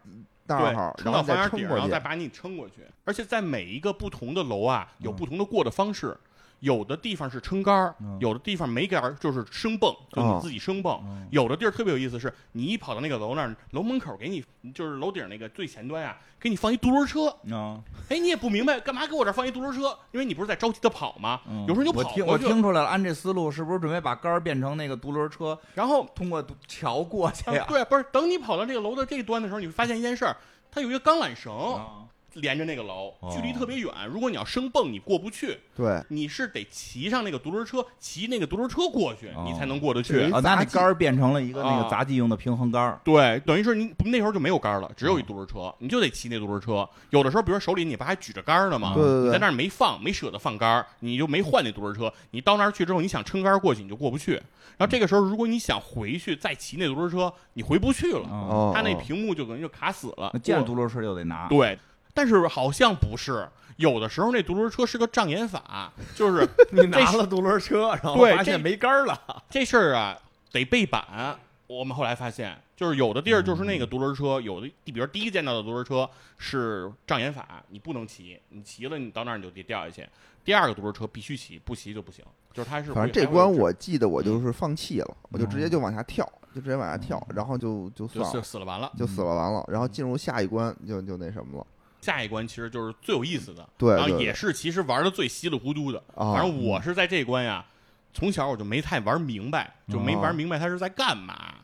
那对，儿，撑然到后房檐再顶撑儿，过然后再去，把你撑过去。而且在每一个不同的楼啊，有嗯不同的过的方式，有的地方是撑杆儿嗯，有的地方没杆儿，就是升蹦，就哦你自己升蹦。嗯有的地儿特别有意思，是你一跑到那个楼那儿，楼门口给你就是楼顶那个最前端啊，给你放一独轮车。啊，哎，你也不明白干嘛给我这儿放一独轮车，因为你不是在着急的跑吗？嗯有时候你就我跑听过我去，听出来了，按这思路是不是准备把杆儿变成那个独轮车，然 *laughs* 后通过独桥过去哎啊呀？对，不是等你跑到这个楼的这一端的时候，你会发现一件事儿，它有一个钢缆嗯绳啊，连着那个楼，距离哦特别远。如果你要升蹦，你过不去。对，你是得骑上那个独轮车，骑那个独轮车过去，哦你才能过得对去。啊，那杂那技杆儿变成了一个那啊个杂技用的平衡杆儿。对，等于是你那时候就没有杆儿了，只有一独轮嗯车，你就得骑那独轮车。有的时候，比如说手里你不还举着杆儿呢吗？啊对你对在对，那儿没放，没舍得放杆儿，你就没换那独轮车。你到那儿去之后，你想撑杆儿过去，你就过不去。然后这个时候，如果你想回去再骑那独轮车，你回不去了，啊，哦，它嗯那哦屏幕就等于就卡死了那。见着独轮车就得拿。对，但是好像不是，有的时候那独轮车是个障眼法，就是你拿了独轮车，然后对发现这没杆儿了，这事儿啊得背板。我们后来发现，就是有的地儿就是嗯那个独轮车，有的地，比如第一见到的独轮车是障眼法，你不能骑，你骑了你到那儿你就得掉下去。第二个独轮车必须骑，不骑就不行。就是它是会反正这还会嗯关有我记得我就是放弃了，我就直接嗯就往下跳，就直接往下跳，然后就就嗯就算死了，死了完了。嗯就死了完了，然后进入下一关就就那什么了，下一关其实就是最有意思的，对然后对也是其实玩的最稀里糊涂的。啊反正我是在这关呀，从小我就没太玩明白，就没哦玩明白他是在干嘛。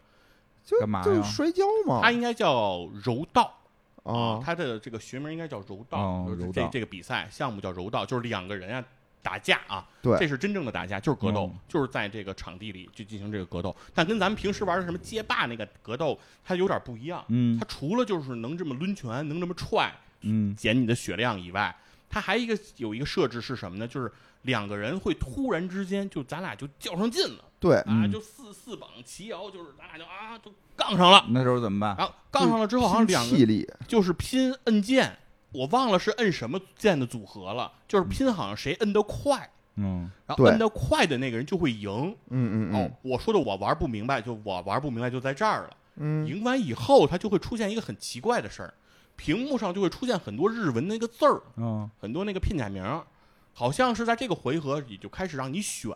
就干嘛呀就摔跤嘛他应该叫柔道啊他的这个学名应该叫柔道，哦就是柔这道这个比赛项目叫柔道，就是两个人啊打架啊，对这是真正的打架，就是格斗，嗯就是在这个场地里去进行这个格斗，但跟咱们平时玩的什么街霸那个格斗，它有点不一样。嗯它除了就是能这么抡拳，能这么踹，嗯减你的血量以外，它还一个有一个设置是什么呢？就是两个人会突然之间就咱俩就较上劲了对啊，嗯就四四膀齐摇，就是咱俩就啊就杠上了，那时候怎么办？然后杠上了之后好像两个气力就是拼摁键，我忘了是摁什么键的组合了，就是拼好像谁摁得快，嗯然后对摁得快的那个人就会赢。嗯嗯哦嗯，我说的我玩不明白，就我玩不明白就在这儿了。嗯赢完以后，它就会出现一个很奇怪的事儿，屏幕上就会出现很多日文那个字儿，嗯，很多那个片假名儿，好像是在这个回合里就开始让你选，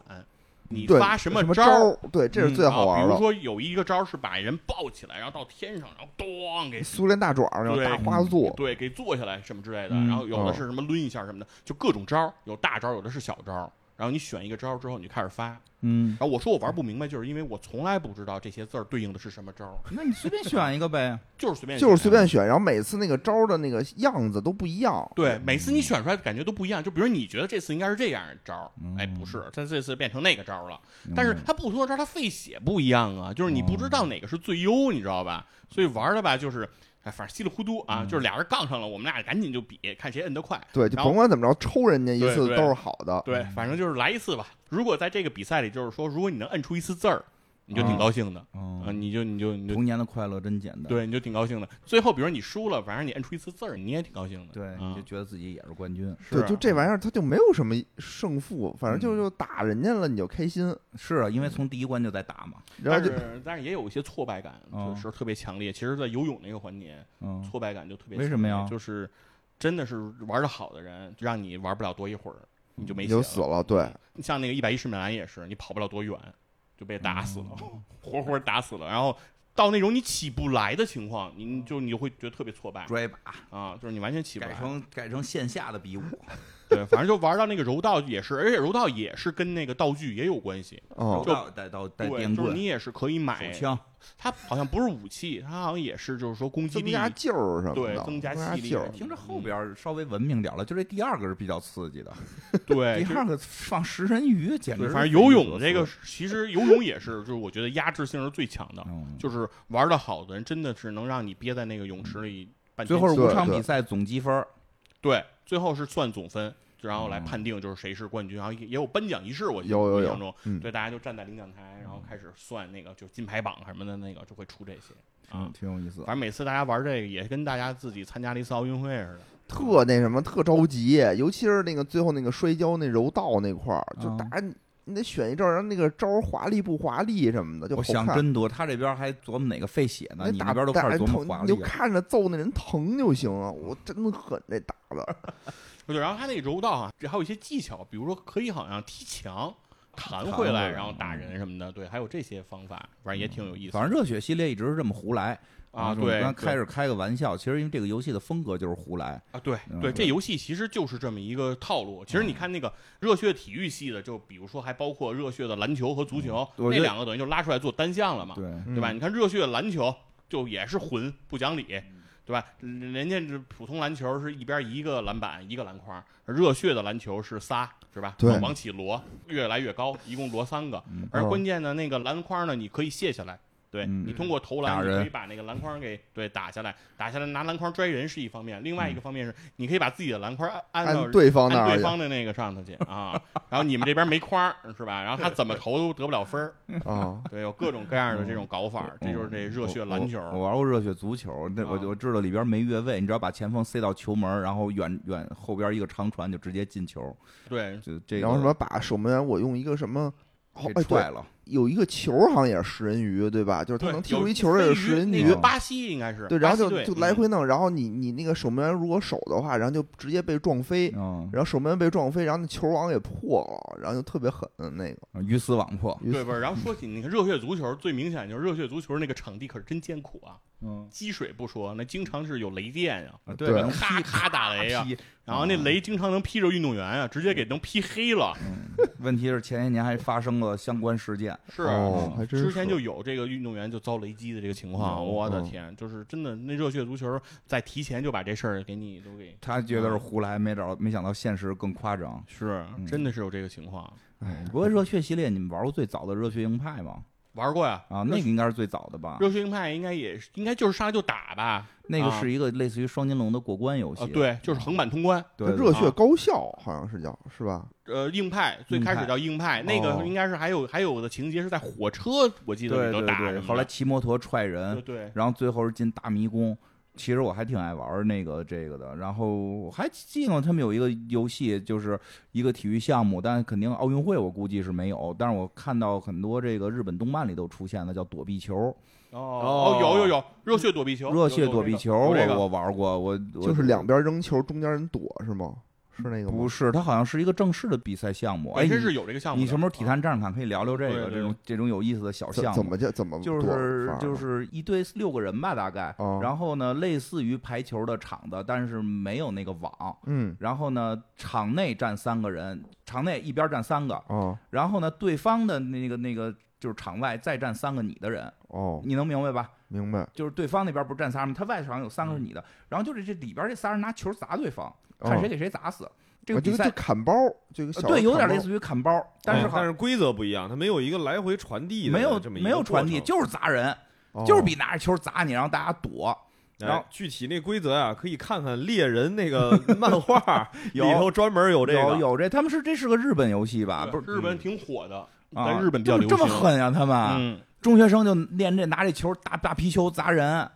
你对发什么么招儿。儿？对，这是嗯最好啊玩比如的。说有一个招儿是把人抱起来，然后到天上，然后咣给苏联大爪儿那种对嗯大花座，对，给坐下来什么之类的，嗯然后有的哦是什么抡一下什么的，就各种招儿，有大招儿，有的是小招儿。然后你选一个招儿之后，你就开始发。嗯，然后我说我玩不明白，就是因为我从来不知道这些字儿对应的是什么招儿，那你随便选一个呗。就是随便就是随便选。选，然后每次那个招儿的那个样子都不一样。对，每次你选出来的感觉都不一样。就比如你觉得这次应该是这样的招儿，嗯哎，不是，他这次变成那个招儿了。 *laughs* 但是明白它不同的招儿，它费血不一样啊，就是你不知哦道哪个是最优，你知道吧？所以玩儿的吧，就是哎，反正稀里糊涂嗯啊，就是俩人杠上了，我们俩赶紧就比，看谁摁得快。对，就然后甭管怎么着，抽人家一对次对都是好的。对，反正就是来一次吧。如果在这个比赛里，就是说，如果你能摁出一次字儿，你就挺高兴的啊，嗯，你就你就你就童年的快乐真简单。对，你就挺高兴的。最后，比如你输了，反正你摁出一次字儿，你也挺高兴的。对，嗯就觉得自己也是冠军。是对，啊就这玩意儿，它就没有什么胜负，反正就嗯就打人家了，你就开心。是啊，因为从第一关就在打嘛。然但后就是但是也有一些挫败感，哦确实特别强烈。其实，在游泳那个环节，嗯挫败感就特别强烈。为什么呀就是真的是玩的好的人，让你玩不了多一会儿，你就没你血就死了。对，像那个一百一十米栏也是，你跑不了多远就被打死了，哦 *laughs* 活活打死了。然后到那种你起不来的情况，你你就你就会觉得特别挫败拽把啊，就是你完全起不哦改来。成改成线下的比武，对，反正就玩到那个柔道也是，而且柔道也是跟那个道具也有关系，哦就到带到带对，电就是棍、你也是可以买手，枪，它好像不是武器，它好像也是就是说攻击增力。加劲儿什么的，对增加气力劲儿。听着后嗯边儿稍微文明点儿了，就这第二个是比较刺激的，对，第就是二个放食人鱼简直哎对，是反正游泳这个其实游泳也是，就是我觉得压制性是最强的，嗯就是玩的好的人真的是能让你憋在那个泳池里半最天后是气五对场对比赛总积分儿，对，最后是算总分，然后来判定就是谁是冠军，然后也也有颁奖仪式，我记得有有有印象中，嗯对，大家就站在领奖台，然后开始算那个就金牌榜什么的那个，就会出这些啊嗯，。挺有意思反。正每次大家玩这个也跟大家自己参加了一次奥运会似的，特那什么，特着急，尤其是那个最后那个摔跤那柔道那块儿，就嗯啊打你你得选一招，然后那个招儿华丽不华丽什么的，就我好想看。真多，他这边还琢磨哪个费血呢，那你打那边都开打始琢磨疼华你丽就了。嗯看着揍那人疼就行啊！我真狠，这打的，对，然后他那个柔道啊，这还有一些技巧，比如说可以好像踢墙、弹回弹回来，来然后打人什么的，对，还有这些方法，反正也挺有意思嗯反正热血系列一直是这么胡来啊。就我们对，刚对开始开个玩笑，其实因为这个游戏的风格就是胡来，啊，对嗯对，这对嗯游戏其实就是这么一个套路。其实你看那个热血体育系的，就比如说还包括热血的篮球和足球，嗯我那觉得两个等于就拉出来做单项了嘛，对，嗯对吧？你看热血篮球就也是混不讲理，嗯对吧？人家这普通篮球是一边一个篮板一个篮筐，热血的篮球是仨，是吧？对往往起摞，越来越高，一共摞三个。嗯而哦关键呢，那个篮筐呢，你可以卸下来。对嗯你通过投打篮，你人可以把那个篮筐给对打下来，打下来拿篮筐拽人是一方面，另外一个方面是你可以把自己的篮筐按按照嗯按对方那按儿对去方的那个上头去啊，然后你们这边没框儿是吧？然后他怎么投都得不了分儿，啊！对，有各种各样的这种搞法儿，这就是这热血篮球哦我我我玩过热血足球，那我啊就我知道里边没越位，你只要把前锋塞到球门，然后远远后边一个长传就直接进球，对就这个然后什么把守门员我用一个什么，哦给哎对踹，了，有一个球好像也是食人鱼，对吧？就是他对能踢有出一球飞也是鱼食人那鱼个，巴西应该是对，然后巴西就队就嗯来回弄，然后你你那个守门员如果守的话，然后就直接被撞飞，嗯，然后守门员被撞飞，然后那球网给破了，然后就特别狠那个。鱼死网破，于对是不是？然后说起那个热血足球，最明显就是热血足球那个场地可是真艰苦啊，嗯，积水不说，那经常是有雷电呀、啊对能咔劈咔打雷啊呀、劈然后那哦雷经常能劈着运动员啊，直接给能劈黑了。嗯问题是前些年还发生了相关事件，是啊哦，还真之前是就有这个运动员就遭雷击的这个情况，嗯我的嗯天，就是真的，那热血足球在提前就把这事儿给你都给他觉得是胡来，没找没想到现实更夸张。是，嗯真的是有这个情况，哎，不过热血系列你们玩过最早的热血硬派吗？玩过呀，啊，那个应该是最早的吧？热血硬派应该也是，应该就是上来就打吧，那个啊是一个类似于双金龙的过关游戏啊，，对，就是横版通关。对，对热啊血高校好像是叫是吧？呃，硬派最开始叫硬派，硬派那哦个应该是还有还有的情节是在火车，我记得对里头对打对，什么的后来骑摩托踹对人，对，然后最后是进大迷宫。其实我还挺爱玩那个这个的，然后我还记得他们有一个游戏，就是一个体育项目，但肯定奥运会我估计是没有，但是我看到很多这个日本动漫里都出现的，叫躲避球、哦哦有有有热血躲避球，热血躲避球，有这个有这我个我玩过，我我就是两边扔球，中间人躲是吗？是那个吗不？是，它好像是一个正式的比赛项目，哎，本身你是有这个项目的。啊你什么时候体坛战场可以聊聊这对个对这种这种有意思的小怎项怎目？么叫怎么就躲是法就呢是一队六个人吧，大概。哦然后呢，类似于排球的场子，但是没有那个网。嗯然后呢，场内站三个人，场内一边站三个。哦然后呢，对方的那个那个就是场外再站三个你的人，哦，你能明白吧？明白。就是对方那边不是站仨吗？他外场有三个是你的，然后就是这里边这仨人拿球砸对方，看谁嗯哦给谁砸死。这啊个比就赛呃就砍包，这个小对，有点类于似于砍包，但是嗯好像但是规则不一样，它没有一个来回传递的没有这么一个没有传递，过程哎就是砸人，哦就是比拿着球砸你，然后大家躲。哎然后具体那规则啊，可以看看猎人那个漫画 *laughs* 有里头专门有这有个。有这，他们是这是个日本游戏吧？对啊不是日本挺火的，啊在，日本比较这流行。么这么狠啊呀、他们、嗯，中学生就练这拿这球打打皮球砸人。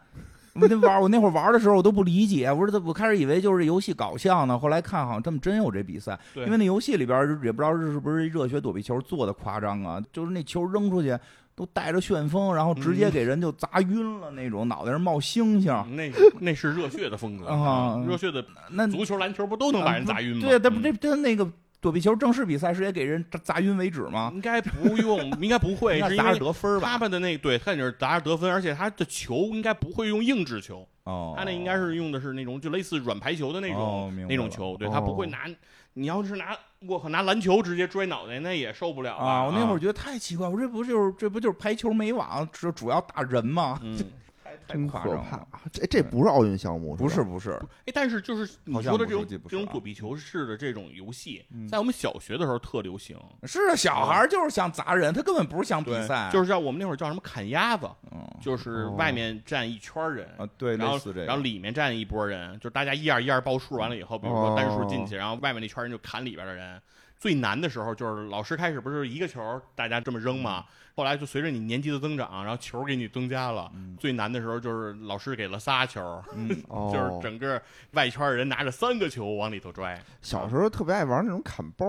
我那玩我那会儿玩的时候，我都不理解，我说我开始以为就是这游戏搞笑呢，后来看好像他们真有这比赛，对因为那游戏里边儿也不知道是不是热血躲避球做的夸张啊，就是那球扔出去都带着旋风，然后直接嗯给人就砸晕了那种，脑袋上冒星星。 *laughs* 那是那是热血的风格啊热血的那足球、篮球不都能把人砸晕吗？对，他不嗯这这那个躲避球正式比赛是也给人砸砸晕为止吗？应该不用，应该不 *laughs* 会，那是因砸着为得分儿吧？他们的那对，他那是砸着得分，而且他的球应该不会用硬质球，哦他那应该是用的是那种就类似软排球的那种、哦明白那种了球，对他不会哦拿。你要是拿我靠拿篮球直接拽脑袋，那也受不了吧啊！我那会儿啊觉得太奇怪，我这不就是这不就是排球没网，主主要打人吗？ *laughs* 嗯，太真夸可张怕了。，这这不是奥运项目，不是是吧不是，哎，但是就是你好像说的这不是种记不这种是啊躲避球式的这种游戏嗯，在我们小学的时候特流行。是啊，小孩儿就是想砸人，他根本不是想比对，赛，啊就是是叫我们那会儿叫什么砍鸭子，嗯就是哦外面站一圈儿人，啊，对，然类后似这然后个。里面站一拨人，就是大家一二一二报数完了以后，比如说单数进去，哦然后外面那圈人就砍里边的人。最难的时候就是老师开始不是一个球大家这么扔嗯嘛，后来就随着你年级的增长，然后球给你增加了。嗯最难的时候就是老师给了仨球， *laughs* 嗯，哦就是整个外圈人拿着三个球往里头拽小时候特别爱玩那种砍包，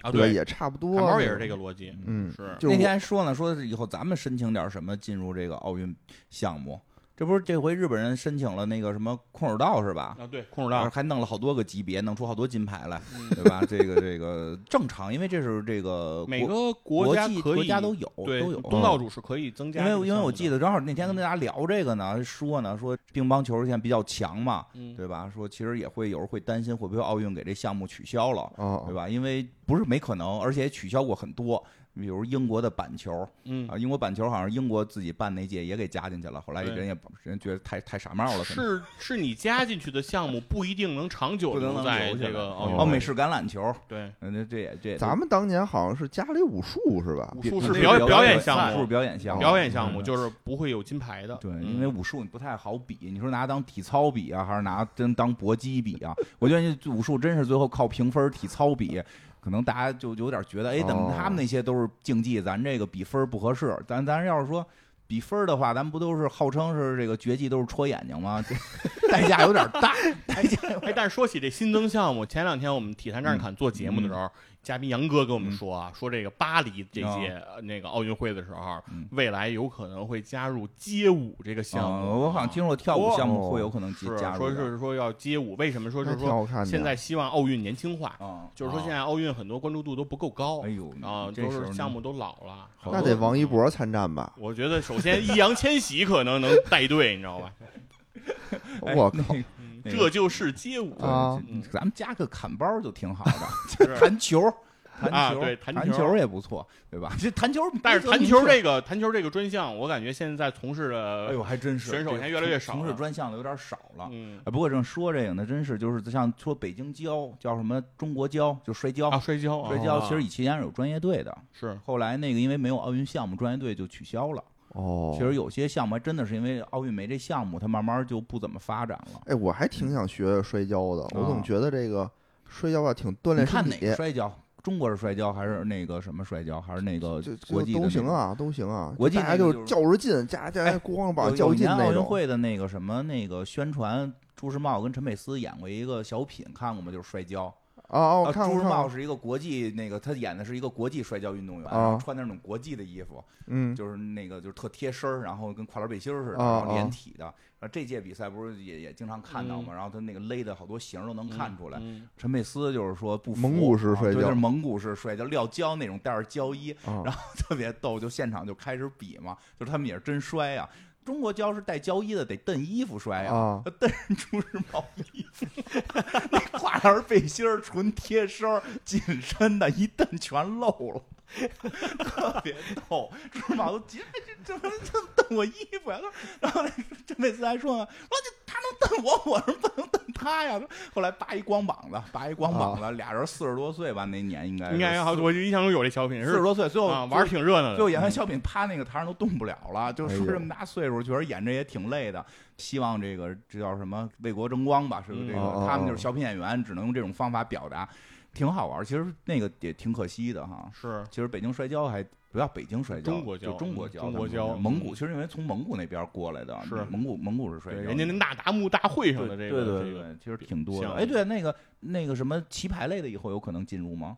啊，吧对，也差不多。砍包也是这个，逻辑，嗯，是就那是天还说呢，说是以后咱们申请点什么进入这个奥运项目，这不是这回日本人申请了那个什么空手道是吧？啊，对，空手然后道，还弄了好多个级别，弄出好多金牌来，嗯对吧？这个这个正常，因为这是这个每国个国家际可以家都有对都有。嗯东道主是可以增加因这为个项目的，因为我记得正好那天跟大家聊这个呢，说呢说乒乓球现在比较强嘛，嗯，对吧？说其实也会有人会担心会不会奥运给这项目取消了，对哦，吧？因为不是没可能，而且也取消过很多，比如英国的板球嗯，啊，英国板球好像英国自己办那届也给加进去了，后来对人也人觉得太太傻帽了，可能是是你加进去的项目不一定能长久不能留能在留下这个来奥运会。哦，美式橄榄球，对，嗯，这这也这也都哦咱们当年好像是家里武术是吧？武比术那是个表表表演演项武术是目，表演项目，表演项目嗯就是不会有金牌的。对，嗯因为武术你不太好比，你说拿当体操比啊，还是拿真当搏击比啊？我觉得武术真是最后靠评分体操比，可能大家就有点觉得，哎，怎么哦他们那些都是竞技，咱这个比分不合适？咱咱要是说比分儿的话，咱们不都是号称是这个绝技都是戳眼睛吗？这 *laughs* 代价有点大，代价哎，但是说起这新增项目，前两天我们体坛嗯战士侃做节目的时候，嘉宾杨哥跟我们说啊，说这个巴黎这届、呃那个奥运会的时候，哦嗯未来有可能会加入街舞这个项目。啊嗯我好像听说跳舞项目会有可能哦是加入说的，嗯是说要街舞，为什么说那是挺说好看的。现在希望奥运年轻化？啊，就是说现在奥运很多关注度都不够高哎，呦，哦啊，这都时候是项目都老了。好那多得王一博参战吧？我觉得首先易烊千玺可能能带队，你知道吧？哎我靠，那个嗯 *laughs* 那 *laughs* 个这就是街舞啊嗯对这咱们加个砍包就挺好 *laughs* 的，是弹球，弹啊球，对弹弹球球嗯也不错，对吧？这弹球，但是弹球这个弹球这个专项，我感觉现在从事哎的呦，还真是选手现在越来越少从事了专项的有点少了。嗯哎，不过正说这个呢，真是就是像说北京跤叫什么中国跤，就摔跤啊，，摔跤啊摔跤其实啊以前是有专业队的，是后来那个因为没有奥运项目，专业队就取消了。哦，其实有些项目还真的是因为奥运没这项目，它慢慢就不怎么发展了。哎，我还挺想学摔跤的，我总啊觉得这个摔跤吧啊挺锻你炼身看哪体个，摔跤？中国式摔跤还是那个什么摔跤？还是那个就国就际的那都行种？啊，都行啊，国际大那家个就就是较着劲，加哎加光有膀有较劲年那奥运种。会的那个什么那个宣传，朱时茂跟陈佩斯演过一个小品，看过吗？就是摔跤。啊，我啊看朱过时看茂过，是一个国际那个，他演的是一个国际摔跤运动员，啊然后穿那种国际的衣服，嗯，就是那个就是特贴身儿，然后跟跨栏背心儿似的，啊然后啊连体的。然后这届比赛不是也也经常看到吗？然后他那个勒的好多型儿都能看出来。嗯陈佩斯就是说不服蒙古式啊摔对跤就是蒙古式摔跤，撂跤那种，带着胶衣，啊然后特别逗，就现场就开始比嘛，就是他们也是真摔呀、中国跤是带胶衣的，得蹬衣服摔哎哦呀、啊他蹬人 *laughs* 出是毛衣服， *laughs* 那跨栏背心儿纯贴身儿紧身的，一蹬全漏了。特别逗，是毛都急，哎这这这蹬我衣服呀、然后这每次还说呢，我这他能蹬我，我是不能蹬他呀。后来扒一光膀子，扒一光膀子，俩人四十多岁吧，那年应该是哦应该好，我就印象中有这小品哎四十是多岁，最后啊，玩儿挺热闹的。最后演完小品趴那个台上都动不了了，就哎说呦这么大岁数，觉得演这也挺累的。希望这个这叫什么为国争光吧，是不是这嗯哦个哦他们就是小品演员，只能用这种方法表达，挺好玩儿。其实那个也挺可惜的哈。是其实北京摔跤还不叫北京摔跤，中国跤就中国嗯跤，中国咱们跤说蒙古其实因为从蒙古那边过来的，是蒙古蒙古是摔对跤，人家那那达慕大会上对的这对个对这对个对，其实挺多的。项目哎，对，那个那个什么棋牌类的，以后有可能进入吗？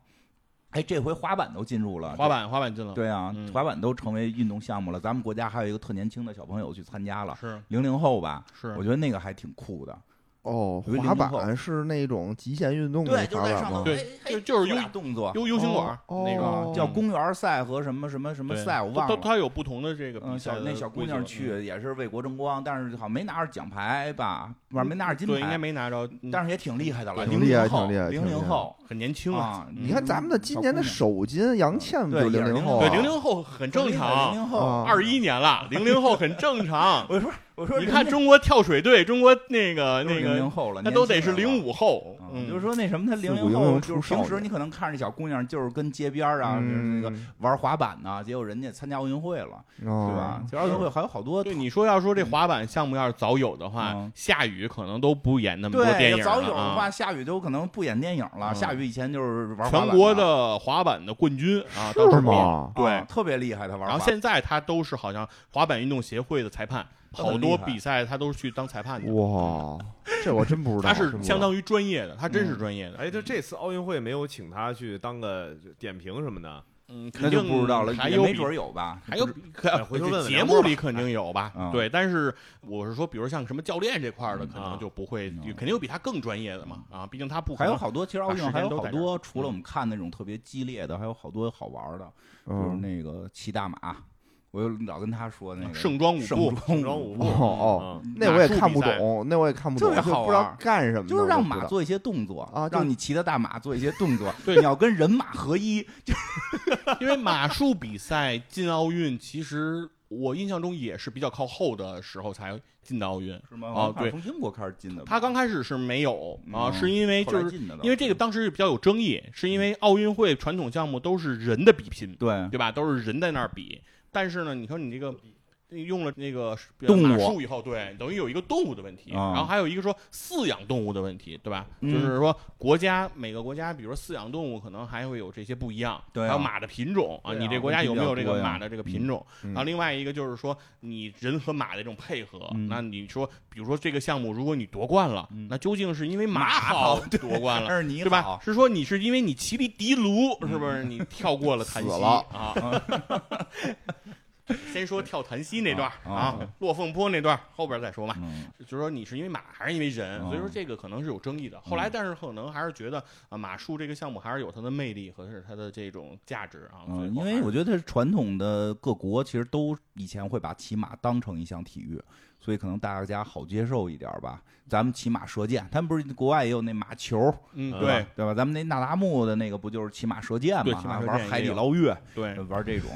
哎，这回滑板都进入了，滑板滑板进了，对啊，嗯滑板都成为运动项目了。咱们国家还有一个特年轻的小朋友去参加了，是零零后吧，是我觉得那个还挺酷的。哦，有一滑零零后板是那种极限运动的对，就滑在板上头，吗？对哎哎就就是做俩有动作， U U 型管儿哦那哦种啊叫公园赛和什么什么什么赛，我忘它了。它有不同的这个比嗯，赛小的那小姑规则嗯娘去也是为国争光，但是好像没拿着奖牌吧，不是没拿着金对，应该牌，没拿着，嗯但是也挺厉害的了，挺零厉害零后，挺厉害挺零厉害零后很年轻啊。啊，嗯你看咱们的今年的小首金杨倩不就嗯对也零是零后对，啊？零零后很姑娘正常哦零，零啊后，二一年了，零零后很正常。我说我说你人看家中国跳水队，中国那个都是那零零个，后了，那都得年轻是人了零五后啊，嗯就是说那什么，他零四五零零后零就出是平少时年你可能看着小姑娘就是跟街边儿啊，就是那个嗯，玩滑板呐、结果人家参加奥运会了，对哦吧？其实奥运会还有好多对，你说要说这滑板项目要是早有的嗯话，下雨可能都不演那么多电对，影要了早有的啊话，夏雨都可能不演电影了。嗯夏雨以前就是玩滑板全国的滑板的冠军啊，当是时吗？对啊特别厉害，他玩滑然后现在他都是好像滑板运动协会的裁判，他很好厉多害比赛他都是去当裁判的，哇，这我真不知他道。是真不知道相当于专业的，他真是专业的。哎，就这次奥运会没有请他去当个点评什么的，嗯，那肯就定不知道了，还也有没比准儿有吧？还有不知比可哎回头问问节梁目波里肯定有吧嗯？对，但是我是说，比如像什么教练这块儿的，可啊能就不会嗯，肯定有比他更专业的嘛啊，毕竟他不可还有能好多，其实奥把运时还有间都好在这儿多，除了我们看那种特别激烈的，还有好多好玩的，就是嗯，那个骑大马，我又老跟他说那个盛装舞盛步，盛装舞步，哦哦，嗯那我也马术看不比赛，懂，那我也看不懂，特别就好不知玩道儿干什么的，就是我让不知马道做一些动作啊就让你骑的大马做一些动 *laughs* 作对你要跟人马合一， *laughs* 因为马术比赛进奥运，其实我印象中也是比较靠后的时候才进的奥运。是吗？啊我看对从英国开始进的吧，他刚开始是没有啊，嗯是因为后就来是进的吧，因为这个当时是比较有争议，是因为奥运会传统项目都是人的比拼，对对吧？都是人在那儿比，但是呢，你说你这个用了那个动物马术以后，对，等于有一个动物的问题，啊然后还有一个说饲养动物的问题，对吧？嗯就是说国家每个国家，比如说饲养动物可能还会有这些不一样，对啊还有马的品种啊，对啊你这国家有没有这比较多个呀马的这个品种？嗯然后另外一个就是说你人和马的这种配合，嗯那你说，比如说这个项目如果你夺冠了，嗯那究竟是因为马好好夺冠了？但是你对吧好？嗯是说你是因为你骑驴敌卢，是不是？你跳过了檀溪死了啊？ *laughs* 先说跳檀溪那段啊啊，落凤坡那段，后边再说嘛。嗯就是说你是因为马还是因为人，哦所以说这个可能是有争议的。嗯后来，但是可能还是觉得啊，马术这个项目还是有它的魅力和是它的这种价值啊。所以嗯，后因来为我觉得传统的各国其实都以前会把骑马当成一项体育，所以可能大家好接受一点吧。咱们骑马射箭，他们不是国外也有那马球，嗯，嗯对对吧？咱们那那达慕的那个不就是骑马射箭对嘛，骑马啊射箭玩也海底有捞月，对，玩这种。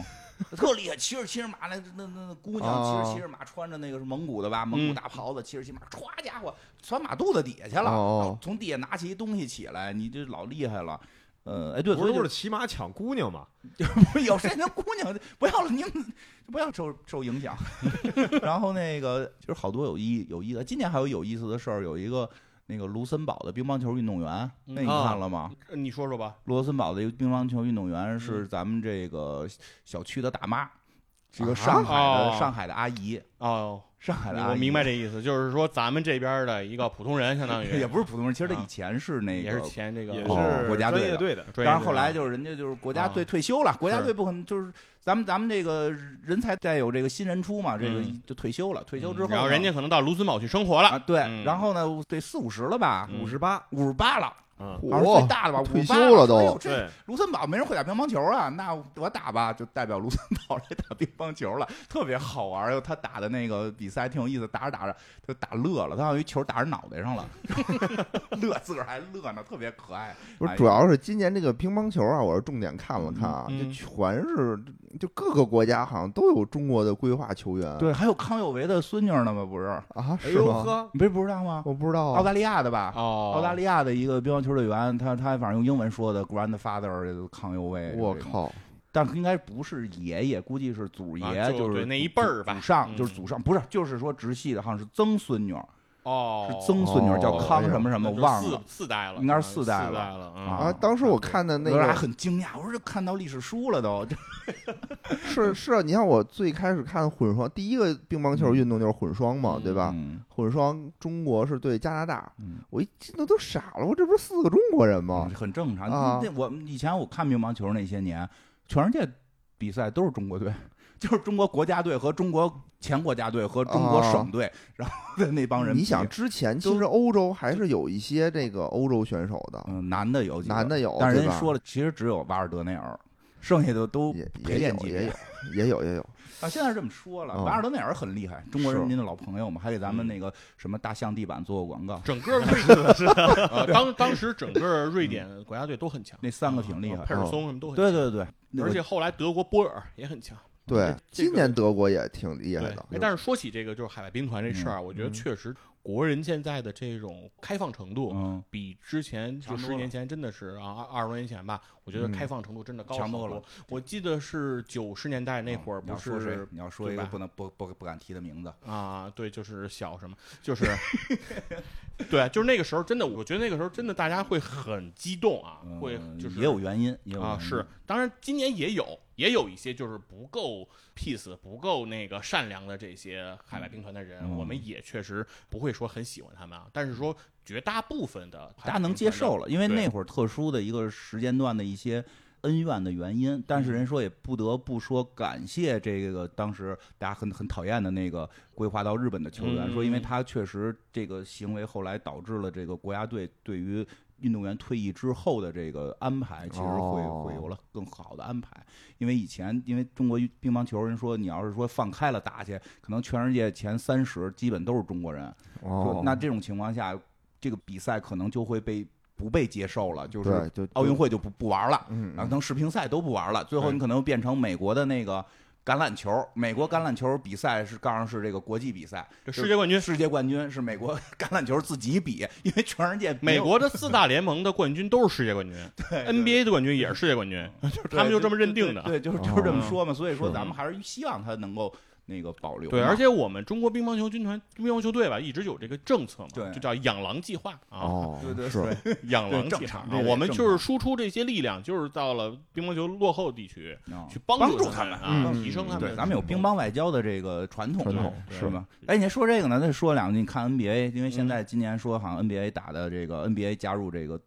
*laughs* 特厉害，骑着骑着马，那那那那姑娘骑哦着骑着马，穿着那个是蒙古的吧，蒙嗯古大袍子，骑着骑马，歘家伙窜马肚子底下去了，哦哦然后从地下拿起一东西起来，你这老厉害了。呃，哎，对，不所是以就都是骑马抢姑娘吗？ *laughs* 不是有谁那姑娘不要了，您不要受受影 *laughs* 响。 *laughs* 然后那个就是好多有意有意思，今年还有有意思的事儿，有一个那个卢森堡的乒乓球运动员，那嗯你啊看了吗？呃你说说吧。卢森堡的一个乒乓球运动嗯员是咱们这个小区的大妈，是一个上海的、哦上海的阿姨，哦，上海的阿姨。我明白这意思，就是说咱们这边的一个普通人，相当于 *laughs* 也不是普通人，其实他啊以前是那也个是前这个也是哦国家队专的业队的，专业但是后队来的就是人家就是国家啊队退休了，国家是队不可能就是咱们咱们这个人才再有这个新人出嘛，这个嗯就退休了，退休之后呢，然后人家可能到卢森堡去生活了啊，对，嗯然后呢，对四五十了吧，嗯五十八，五十八了，嗯，好像是最我大的吧，退58休了都哎呦这对，卢森堡没人会打乒乓球啊，那我打吧，就代表卢森堡来打乒乓球了，特别好玩儿。又他打的那个比赛挺有意思，打着打着就打乐了，他好像一球打人脑袋上了， *laughs* 乐自个儿还乐呢，特别可爱。不哎是，主要是今年这个乒乓球啊，我是重点看了看啊，嗯就全是就各个国家好像都有中国的规划球员，对，还有康有为的孙女儿呢吗？不是，啊，哎是呦吗？呵，你不是不知道吗？我不知道啊，澳大利亚的吧？哦，澳大利亚的一个乒乓球队员，他他反正用英文说的，grandfather 康有为，我，靠，但应该不是爷爷，估计是祖爷，啊就就是对那一祖辈儿吧祖上嗯就是祖上，不是，就是说直系的，好像是曾孙女儿，哦是曾孙女儿，哦叫康哎呦什么什么，那就忘四了。四代了，应该是嗯四四代了了嗯啊啊！当时我看的那我还个很惊讶，我说这看到历史书了都，这是是啊，你看我最开始看混双，第一个乒乓球运动就是混双嘛，嗯对吧？嗯混双中国是对加拿大，嗯我一进都都傻了，我这不是四个中国人吗？很正常。啊那我们以前我看乒乓球那些年，全世界比赛都是中国队， *laughs* 就是中国国家队和中国前国家队和中国啊省队，然后的那帮人比。你想之前其实欧洲还是有一些这个欧洲选手的，嗯，男的有几个男的有但是人对家吧说了，其实只有瓦尔德内尔，剩下的都也陪也练有级别也有也有也有，啊，现在是这么说了，嗯瓦尔德内尔很厉害，中国人是民的老朋友嘛，还给咱们那个什么大象地板做过广告，整个瑞士呃当当时整个瑞典国家队都很强，那三个挺厉害啊。佩尔松什么都很嗯哦对强，对对，那而个且后来德国波尔也很强。对哎，这个今年德国也挺厉害对，的哎，但是说起这个就是海外兵团这事儿啊，我觉得嗯确实国人现在的这种开放程度，嗯，比之前强就多十年前真的是啊，二二十多年前吧，我觉得嗯开放程度真的高强好多了。哦我记得是九十年代那会儿，你要不说谁是你要说对一个吧不能不不不敢提的名字，啊，对，就是小什么，就是， *laughs* 对，就是那个时候真的，我觉得那个时候真的大家会很激动啊，嗯会就是也有原因，也有原啊，因是，当然今年也有，也有一些就是不够 peace、不够那个善良的这些海外兵团的人，嗯我们也确实不会说很喜欢他们啊，但是说绝大部分的大家能接受了，了，因为对那会儿特殊的一个时间段的一些恩怨的原因，但是嗯人说也不得不说感谢这个当时大家很很讨厌的那个规划到日本的球员，嗯说因为他确实这个行为后来导致了这个国家队对于。运动员退役之后的这个安排，其实会哦会有了更好的安排，因为以前因为中国乒乓球人说，你要是说放开了打去，可能全世界前三十基本都是中国人，哦说，那这种情况下，这个比赛可能就会被不被接受了，就是对就奥运会就不不玩了，啊嗯然后，能世乒赛都不玩了，最后对你可能变成美国的那个橄榄球，美国橄榄球比赛是告诉是这个国际比赛，这世界冠军。世界冠军是美国 *laughs* 橄榄球自己比，因为全世界没美有国的四大联盟的冠军都是世界冠军 *laughs* 对对，NBA 的冠军也是世界冠军，对他们就这么认定的对，对就是就是这么哦说嘛，所以说是咱们还是希望他能够。那个保留嘛。对，而且我们中国乒乓球军团、乒乓球队吧，一直有这个政策嘛，对就叫“养狼计划”啊，哦，对对是对养狼正计划常啊这。个我们正就是常输出这些力量，就是到了乒乓球落后地区啊去帮助助他们啊，嗯提升他们的对，实力。咱们有乒乓外交的这个传统嘛，传统对是吧？哎，你说这个呢，再说两句，你看 NBA，因为现嗯在今年说好像 NBA 打的这个 NBA 加入这个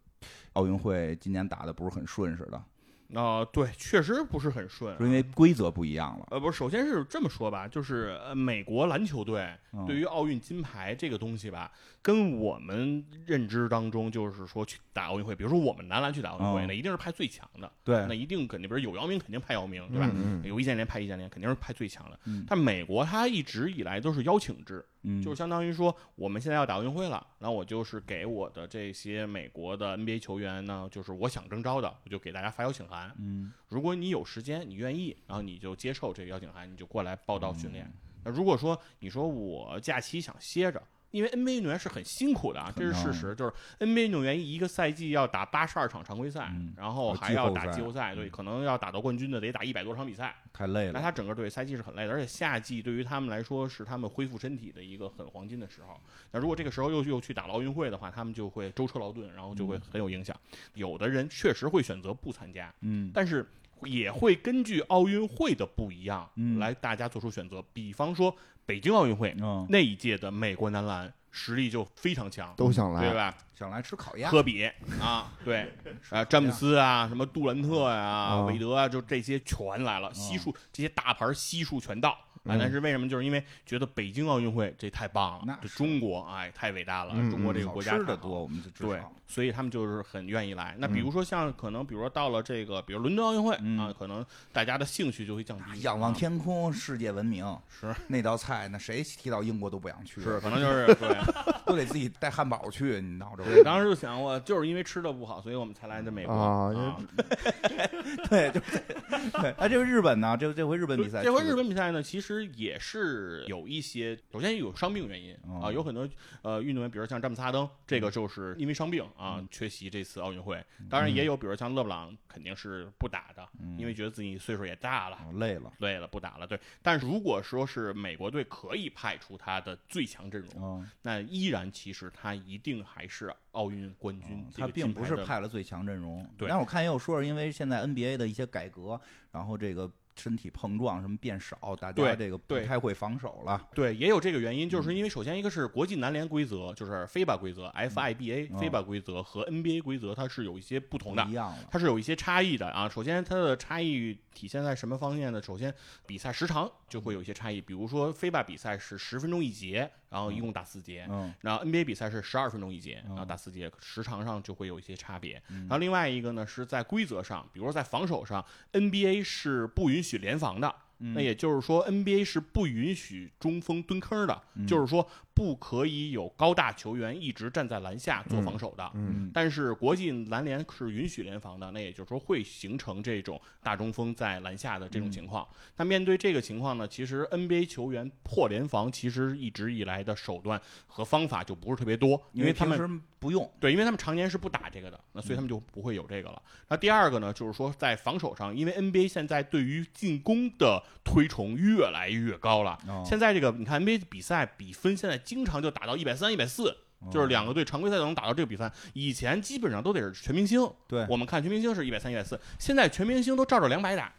奥运会，今年打的不是很顺似的，啊，对，确实不是很顺啊。是因为规则不一样了。呃，不是，首先是这么说吧，就是呃，美国篮球队嗯对于奥运金牌这个东西吧，跟我们认知当中就是说去打奥运会，比如说我们男篮去打奥运会，嗯那一定是派最强的，那对，一定肯定，比如有姚明肯定派姚明，对吧？嗯嗯有易建联派易建联，肯定是派最强的。嗯但美国它一直以来都是邀请制，嗯，就是相当于说我们现在要打奥运会了，然后我就是给我的这些美国的 NBA 球员呢，就是我想征召的，我就给大家发邀请函。嗯，如果你有时间，你愿意，然后你就接受这个邀请函，你就过来报道训练。那如果说你说我假期想歇着，因为 NBA 运动员是很辛苦的啊，这很是事忙实。就是 NBA 运动员一个赛季要打八十二场常规赛，嗯然后还还要有季后打赛季后赛，对，可能要打到冠军的得打一百多场比赛。太累那了。他整个队赛季是很累的，而且夏季对于他们来说是他们恢复身体的一个很黄金的时候。那如果这个时候又又去打奥运会的话，他们就会舟车劳顿，然后就会很有影响。有的人确实会选择不参加，嗯，但是也会根据奥运会的不一样，嗯来大家做出选择。比方说北京奥运会嗯，那一届的美国男篮实力就非常强，都想对来，吧？想来吃烤鸭，科比啊，对，啊，詹姆斯啊，什么杜兰特呀、啊韦德啊，就这些全来啊了，悉数这些大牌悉数全到。啊，嗯但是为什么？就是因为觉得北京奥运会这太棒那了，这是中国哎太伟大了，嗯中国这个国家好吃的太好多，我们就知对道。，所以他们就是很愿意来。那比如说像可能，比如说到了这个，比如伦敦奥运会嗯啊，可能大家的兴趣就会降啊低。仰望啊天空，世界闻名是那道菜，那谁提到英国都不想去，啊是，可能就是 *laughs* 对。都得自己带汉堡去。你闹着对，当时就想我就是因为吃的不好，所以我们才来的美国啊因为啊对，就是对。哎，这回日本呢？这这回日本比赛，这回日本比赛呢，其实也是有一些，首先有伤病原因哦嗯啊，有很多呃运动员，比如像詹姆斯哈登，这个就是因为伤病啊缺席这次奥运会。当嗯然也有，比如像勒布朗肯定是不打的，因为觉得自己岁数也大了。哦累了。累了，不打了。对，但是如果说是美国队可以派出他的最强阵容，嗯，那依然其实他一定还是奥运冠军嗯这他个并金不牌是的派了最强阵容。对但我看也有说是因为现在 NBA 的一些改革，然后这个身体碰撞什么变少，大家对这个不对太会防守了。对，也有这个原因，嗯就是因为首先一个是国际男联规则，就是 FIBA 规则、FIBA、哦 FIBA 规则和 NBA 规则，它是有一些不同不的一。样了，它是有一些差异的啊。首先，它的差异体现在什么方面呢？首先，比赛时长就会有一些差异。比如说，FIBA 比赛是十分钟一节，然后一共打四节；嗯，然后 NBA 比赛是十二分钟一节，哦然后打四节，时长上就会有一些差别。嗯然后另外一个呢是在规则上，比如说在防守上，NBA 是不允许联防的。那也就是说，NBA 是不允许中锋蹲坑的，就是说不可以有高大球员一直站在篮下做防守的。嗯嗯但是国际篮联是允许联防的，那也就是说会形成这种大中锋在篮下的这嗯种情况。那面对这个情况呢，其实 NBA 球员破联防其实一直以来的手段和方法就不是特别多，因为他平们时嗯不用，对，因为他们常年是不打这个的，那所以他们就不会有这个了。那第二个呢，就是说在防守上，因为 NBA 现在对于进攻的推崇越来越高了。哦现在这个你看 NBA 比赛比分现在经常就打到一百三、一百四，嗯哦就是两个队常规赛都能打到这个比分。以前基本上都得是全明星，对我们看全明星是一百三、一百四，现在全明星都照着两百打。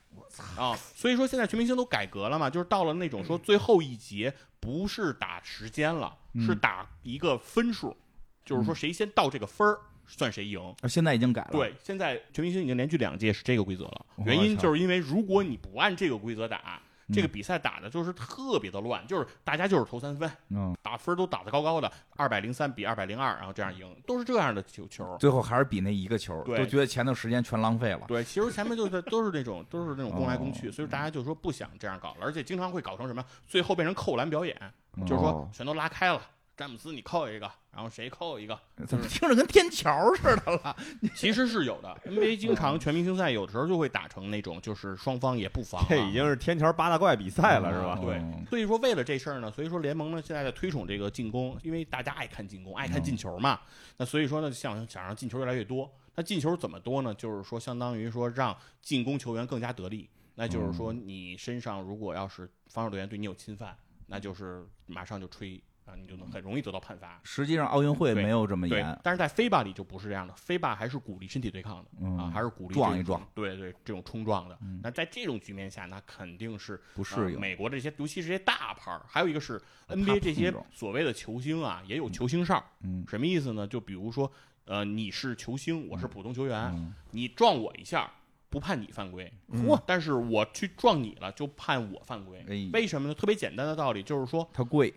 啊，所以说现在全明星都改革了嘛，就是到了那种说最后一节不是打时间了，嗯是打一个分数，就是说谁先到这个分儿算谁赢。哦现在已经改了。对，现在全明星已经连续两届是这个规则了我，原因操就是因为如果你不按这个规则打，这个嗯比赛打的就是特别的乱，就是大家就是投三分，嗯，打分都打得高高的，二百零三比二百零二，然后这样赢，都是这样的球球。最后还是比那一个球，对都觉得前头时间全浪费了。对，其实前面就是都是那种都是那种攻来攻哦去，所以大家就说不想这样搞了，而且经常会搞成什么，最后变成扣篮表演，嗯就是说哦全都拉开了，詹姆斯你扣一个，然后谁扣一个，怎么听着跟天桥似的了？其实是有 *laughs* 的。NBA 经常全明星赛有的时候就会打成那种，就是双方也不防、啊， *laughs* 这已经是天桥八大怪比赛了，是吧？对嗯，所以说为了这事儿呢，所以说联盟呢现在在推崇这个进攻，因为大家爱看进攻，爱看进球嘛。那所以说呢，想想让进球越来越多，那进球怎么多呢？就是说相当于说让进攻球员更加得力。那就是说嗯你身上如果要是防守队员对你有侵犯，那就是马上就吹啊，你就能很容易得到判罚。实际上奥运会对没有这么对严，，但是在 FIBA 里就不是这样的，FIBA 还是鼓励身体对抗的、啊，嗯，还是鼓励撞这一种撞，对对，这种冲撞的。嗯那在这种局面下，那肯定是不啊适应。美国这些，尤其是这些大牌儿，还有一个是怕 NBA 这碰些撞所谓的球星啊，也有球星哨。嗯什么意思呢？就比如说，呃，你是球星，我是普通球员，嗯，你撞我一下不判你犯规，嚯但是我去撞你了就判我犯规。哎为什么呢？特别简单的道理就是说，它贵，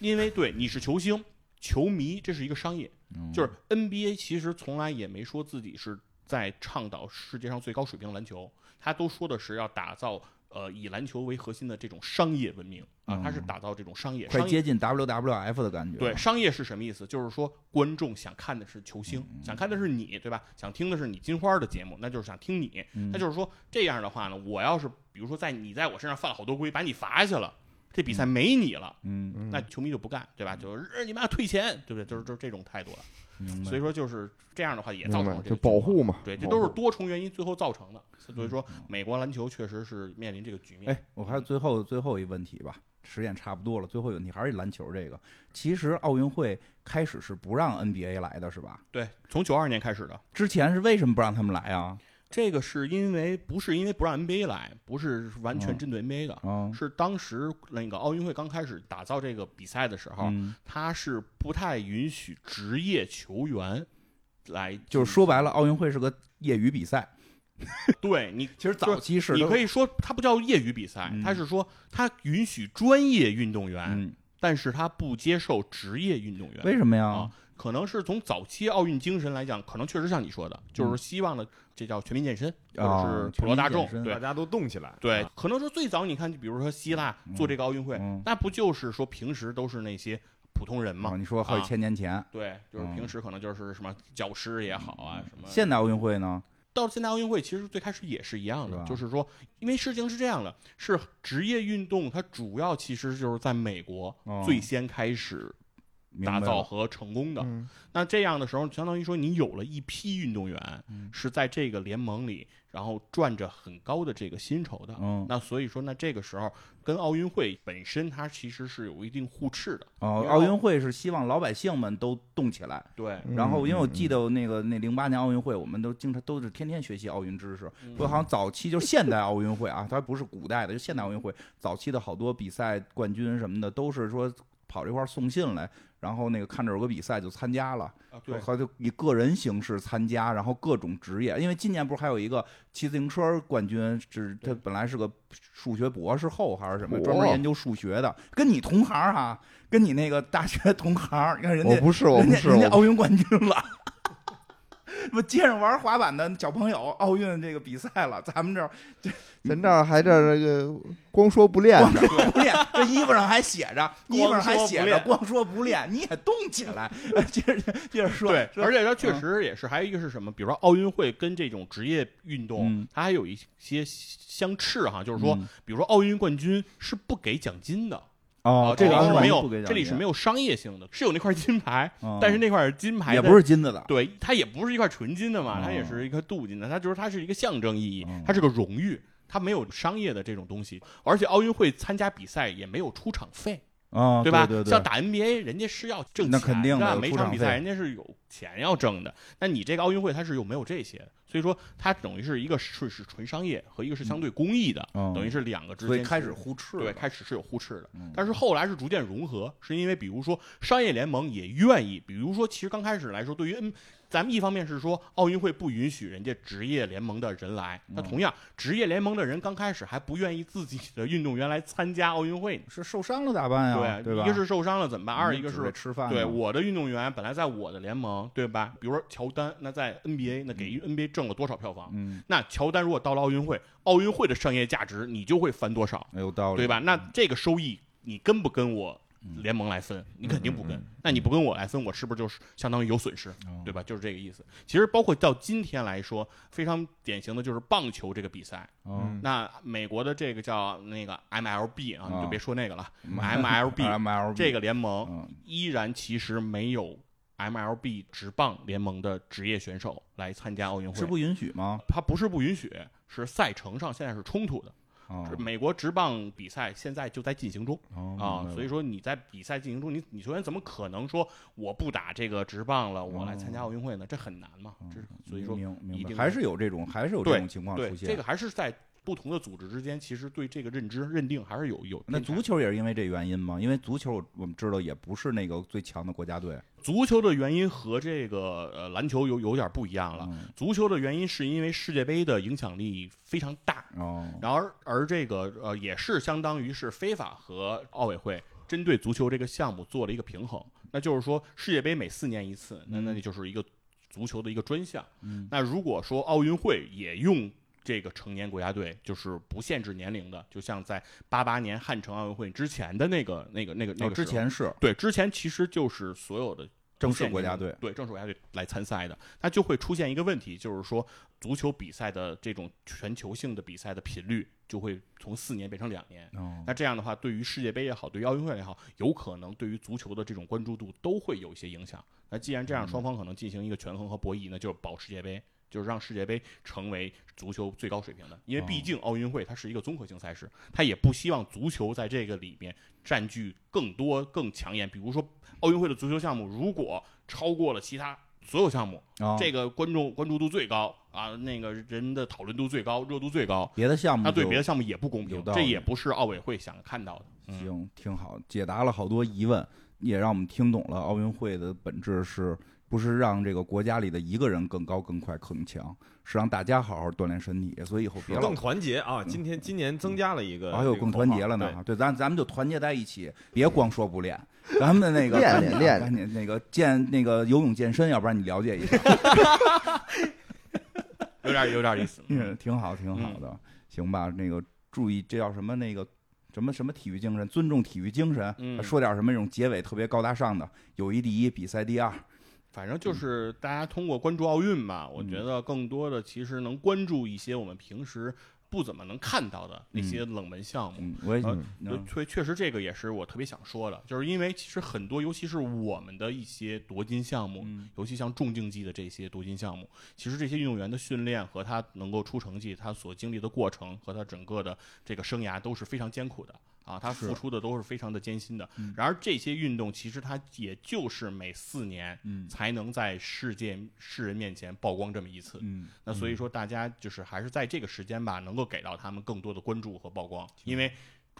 因为对你是球星、球迷，这是一个商业，嗯就是 NBA 其实从来也没说自己是在倡导世界上最高水平的篮球，他都说的是要打造呃以篮球为核心的这种商业文明啊嗯，他是打造这种商业。快啊商业接近 WWF 的感觉。对，商业是什么意思？就是说观众想看的是球星，嗯想看的是你，对吧？想听的是你金花的节目，那就是想听你。嗯那就是说这样的话呢，我要是比如说在你在我身上犯了好多规，把你罚下了，这比赛没你了。嗯，那球迷就不干，对吧？就是呃你妈退钱，对不对？就是就是这种态度了。明白所以说就是这样的话也造明成白了这就个保情况。护嘛，对，这保都是护多重原因最后造成的。所以说，美国篮球确实是面临这个局面。嗯哎，我还有最后最后一问题吧，时间差不多了。最后一问题还是篮球这个。其实奥运会开始是不让 NBA 来的，是吧？对，从九二年开始的，之前是为什么不让他们来啊？这个是因为不是因为不让 NBA 来，不是完全嗯针对 NBA 的，啊，是当时那个奥运会刚开始打造这个比赛的时候，嗯，它是不太允许职业球员来进行，就是说白了，奥运会是个业余比赛。对你其实早期是你都可以说它不叫业余比赛，嗯它是说它允许专业运动员，嗯，但是它不接受职业运动员。为什么呀啊？可能是从早期奥运精神来讲，可能确实像你说的，就是希望的这叫全民健身，啊或者是普罗大众嗯全民健身，啊对大。家都动起来。对，可能说最早你看，比如说希腊做这个奥运会，嗯那不就是说平时都是那些普通人嘛？哦，你说啊好几千年前，对，就是平时可能就是什么教师也好啊，什么嗯现代奥运会呢？到现在奥运会其实最开始也是一样是吧的，就是说，因为事情是这样的，是职业运动它主要其实就是在美国哦最先开始明白打了造和成功的。嗯那这样的时候，相当于说你有了一批运动员嗯是在这个联盟里，然后赚着很高的这个薪酬的。嗯那所以说，那这个时候跟奥运会本身它其实是有一定互斥的。哦，然后奥运会是希望老百姓们都动起来。对，嗯然后，因为我记嗯得那个那零八年奥运会，我们都经常都是天天学习奥运知识。嗯我好像早期就是现代奥运会啊，它还不是古代的，就现代奥嗯运会早期的好多比赛冠军什么的，都是说跑这块儿送信来，然后那个看着有个比赛就参加了，啊对，还就以个人形式参加，然后各种职业。因为今年不是还有一个骑自行车冠军，是他本来是个数学博士后还是什么，嚯专门研究数学的，跟你同行哈、跟你那个大学同行，你看人家我不是，我人不家是，人家我不奥运冠军了。 *laughs* 我街上玩滑板的小朋友，奥运这个比赛了，咱们这 *laughs* 儿咱这儿还这儿这个光说不练光的，说不练，这衣服上还写着，衣服上还写着光说不练光说不练，你也动起 *laughs* 来。接着接着说，对，说而且它嗯确实也是，还有一个是什么？比如说奥运会跟这种职业运动嗯，它还有一些相斥哈，就是说嗯，比如说奥运冠军是不给奖金的哦啊，这里奥运是会没不给有，奖这里是金没有商业性的，是有那块金牌，嗯但是那块金牌也的不是金子的，对，它也不是一块纯金的嘛，哦它也是一块镀金的，它就是它是一个象征意义哦，它是个荣誉，它没有商业的这种东西，而且奥运会参加比赛也没有出场费。啊，吧？对像打 NBA，人家是要挣钱，那肯定的那有每出场场比费赛人家是有钱要挣的。那你这个奥运会它是又没有这些，所以说它等于是一个是是纯商业和一个是相对公益的，嗯等于是两个之所以间开是始互斥了，对开始是有互斥的嗯，但是后来是逐渐融合，是因为比如说商业联盟也愿意，比如说其实刚开始来说，对于 N，咱们一方面是说奥运会不允许人家职业联盟的人来，嗯那同样职业联盟的人刚开始还不愿意自己的运动员来参加奥运会呢。是受伤了咋办呀？啊对吧？一个是受伤了怎么办？二一个只为是吃饭呢，啊对我的运动员本来在我的联盟，对吧？比如说乔丹，那在 NBA 那给予 NBA 挣了多少票房？嗯，那乔丹如果到了奥运会，奥运会的商业价值你就会翻多少，哎有道理，嗯对？吧？那这个收益你跟不跟我联盟来分？你肯定不嗯跟。那你不跟我来分，我是不是就是相当于有损失，哦对吧？就是这个意思。其实包括到今天来说，非常典型的就是棒球这个比赛，嗯那美国的这个叫那个 MLB 啊，你啊 *laughs* 就别说那个了 MLB ，MLB 这个个联盟嗯依然其实没有 MLB 职棒联盟的职业选手来参加奥运会是。不允许吗？它不是不允许，是赛程上现在是冲突的。哦美国职棒比赛现在就在进行中啊，所嗯以以说你在比赛进行中，你你球员怎么可能说我不打这个职棒了，我来参加奥运会呢？这很难嘛。这是所以说，哦明明一白定还是是有这种，还是有这对种情况对出现。这个还是在不同的组织之间，其实对这个认知认定还是有有那偏差足球也是因为这原因吗？因为足球我们知道也不是那个最强的国家队足球的原因和这个呃篮球有有点不一样了。嗯足球的原因是因为世界杯的影响力非常大，哦，然而而这个呃也是相当于是非法和奥委会针对足球这个项目做了一个平衡，那就是说世界杯每四年一次，那那就是一个足球的一个专项。嗯那如果说奥运会也用。这个成年国家队就是不限制年龄的，就像在八八年汉城奥运会之前的那个、那个、那个、那哦个时之候前是对，之前其实就是所有的正不式限国年家龄队，哦对正式国家队来参赛的，那就会出现一个问题，就是说足球比赛的这种全球性的比赛的频率就会从四年变成两年。哦那这样的话，对于世界杯也好，对于奥运会也好，有可能对于足球的这种关注度都会有一些影响。那既然这嗯样，双方可能进行一个权衡和博弈，那就是保世界杯，就是让世界杯成为足球最高水平的。因为毕哦竟奥运会它是一个综合性赛事，它也不希望足球在这个里面占据更多更抢眼。比如说奥运会的足球项目，如果超过了其他所有项目，哦这个观众关注度最高啊，那个人的讨论度最高，热度最高，别的项目啊那对就别的项目也不公嗯有平，道这理也不是奥委会想看到的。嗯行，挺好，解答了好多疑问，也让我们听懂了奥运会的本质是不是让这个国家里的一个人更高、更快、更强，是让大家好好锻炼身体。所以以后别老更团结啊！今天今年增加了一个，还有啊更团结了呢。对，咱咱们就团结在一起，别光说不练。咱们那个 *laughs* 练练练赶紧那个健那个游泳健身，要不然你了解一下，有点有点意 *laughs* 思。嗯，挺好，挺好的， *laughs* 行吧？那个注意，这叫什么？那个什么什么体育精神，尊重体育精神。啊嗯说点什么这种结尾特别高大上的，友谊第一，比赛第二。反正就是大家通过关注奥运嘛，我嗯觉得更多的其实能关注一些我们平时不怎么能看到的那些冷门项目。嗯，我也呃嗯就确确实，这个也是我特别想说的，就是因为其实很多，尤其是我们的一些夺金项目，嗯尤其像重竞技的这些夺金项目，其实这些运动员的训练和他能够出成绩，他所经历的过程和他整个的这个生涯都是非常艰苦的啊，他是付出的都是非常的艰辛的嗯。然而这些运动其实它也就是每四年嗯才能在世界世人面前曝光这么一次。嗯，那所以说，大家就是还是在这个时间吧，能够给到他们更多的关注和曝光，因为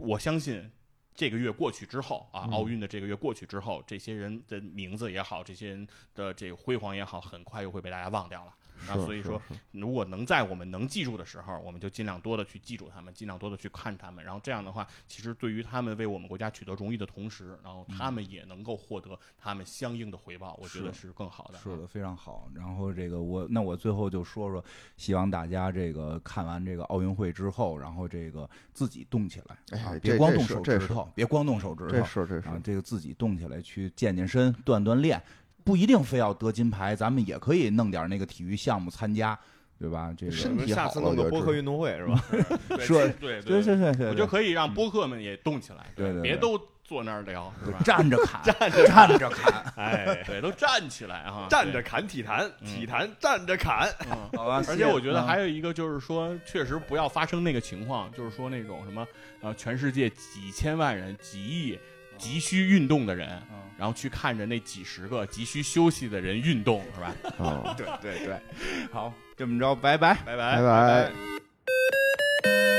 我相信。这个月过去之后嗯啊，奥运的这个月过去之后，这些人的名字也好，这些人的这个辉煌也好，很快又会被大家忘掉了。那所以说，如果能在我们能记住的时候，我们就尽量多的去记住他们，尽量多的去看他们。然后这样的话，其实对于他们为我们国家取得荣誉的同时，然后他们也能够获得他们相应的回报，我觉得是更好的。嗯啊是的，非常好。然后这个我，那我最后就说说，希望大家这个看完这个奥运会之后，然后这个自己动起来哎啊，这别光这动是手这指是头，别光动手指头这是这是啊，这个自己动起来去健健身、锻锻炼，不一定非要得金牌，咱们也可以弄点那个体育项目参加，对吧？这个身我们体下好次了弄个就播知客运动会是吧？对说这对对对对对，我对嗯就可以让播客们也动起来，对对对别都坐那儿聊，是 *laughs* 吧？站着 *laughs* 砍，站着站着砍。哎，对，都站起来 *laughs* 啊，站着砍体坛，体坛站着砍。对。嗯好吧，而谢谢且我觉得嗯还有一个就是说，确实不要发生那个情况，就是说那种什么呃，全世界几千万人、几亿急需运动的人，嗯然后去看着那几十个急需休息的人运动，是吧？道啊，对对对，好，这么着，拜拜。拜拜拜拜。拜。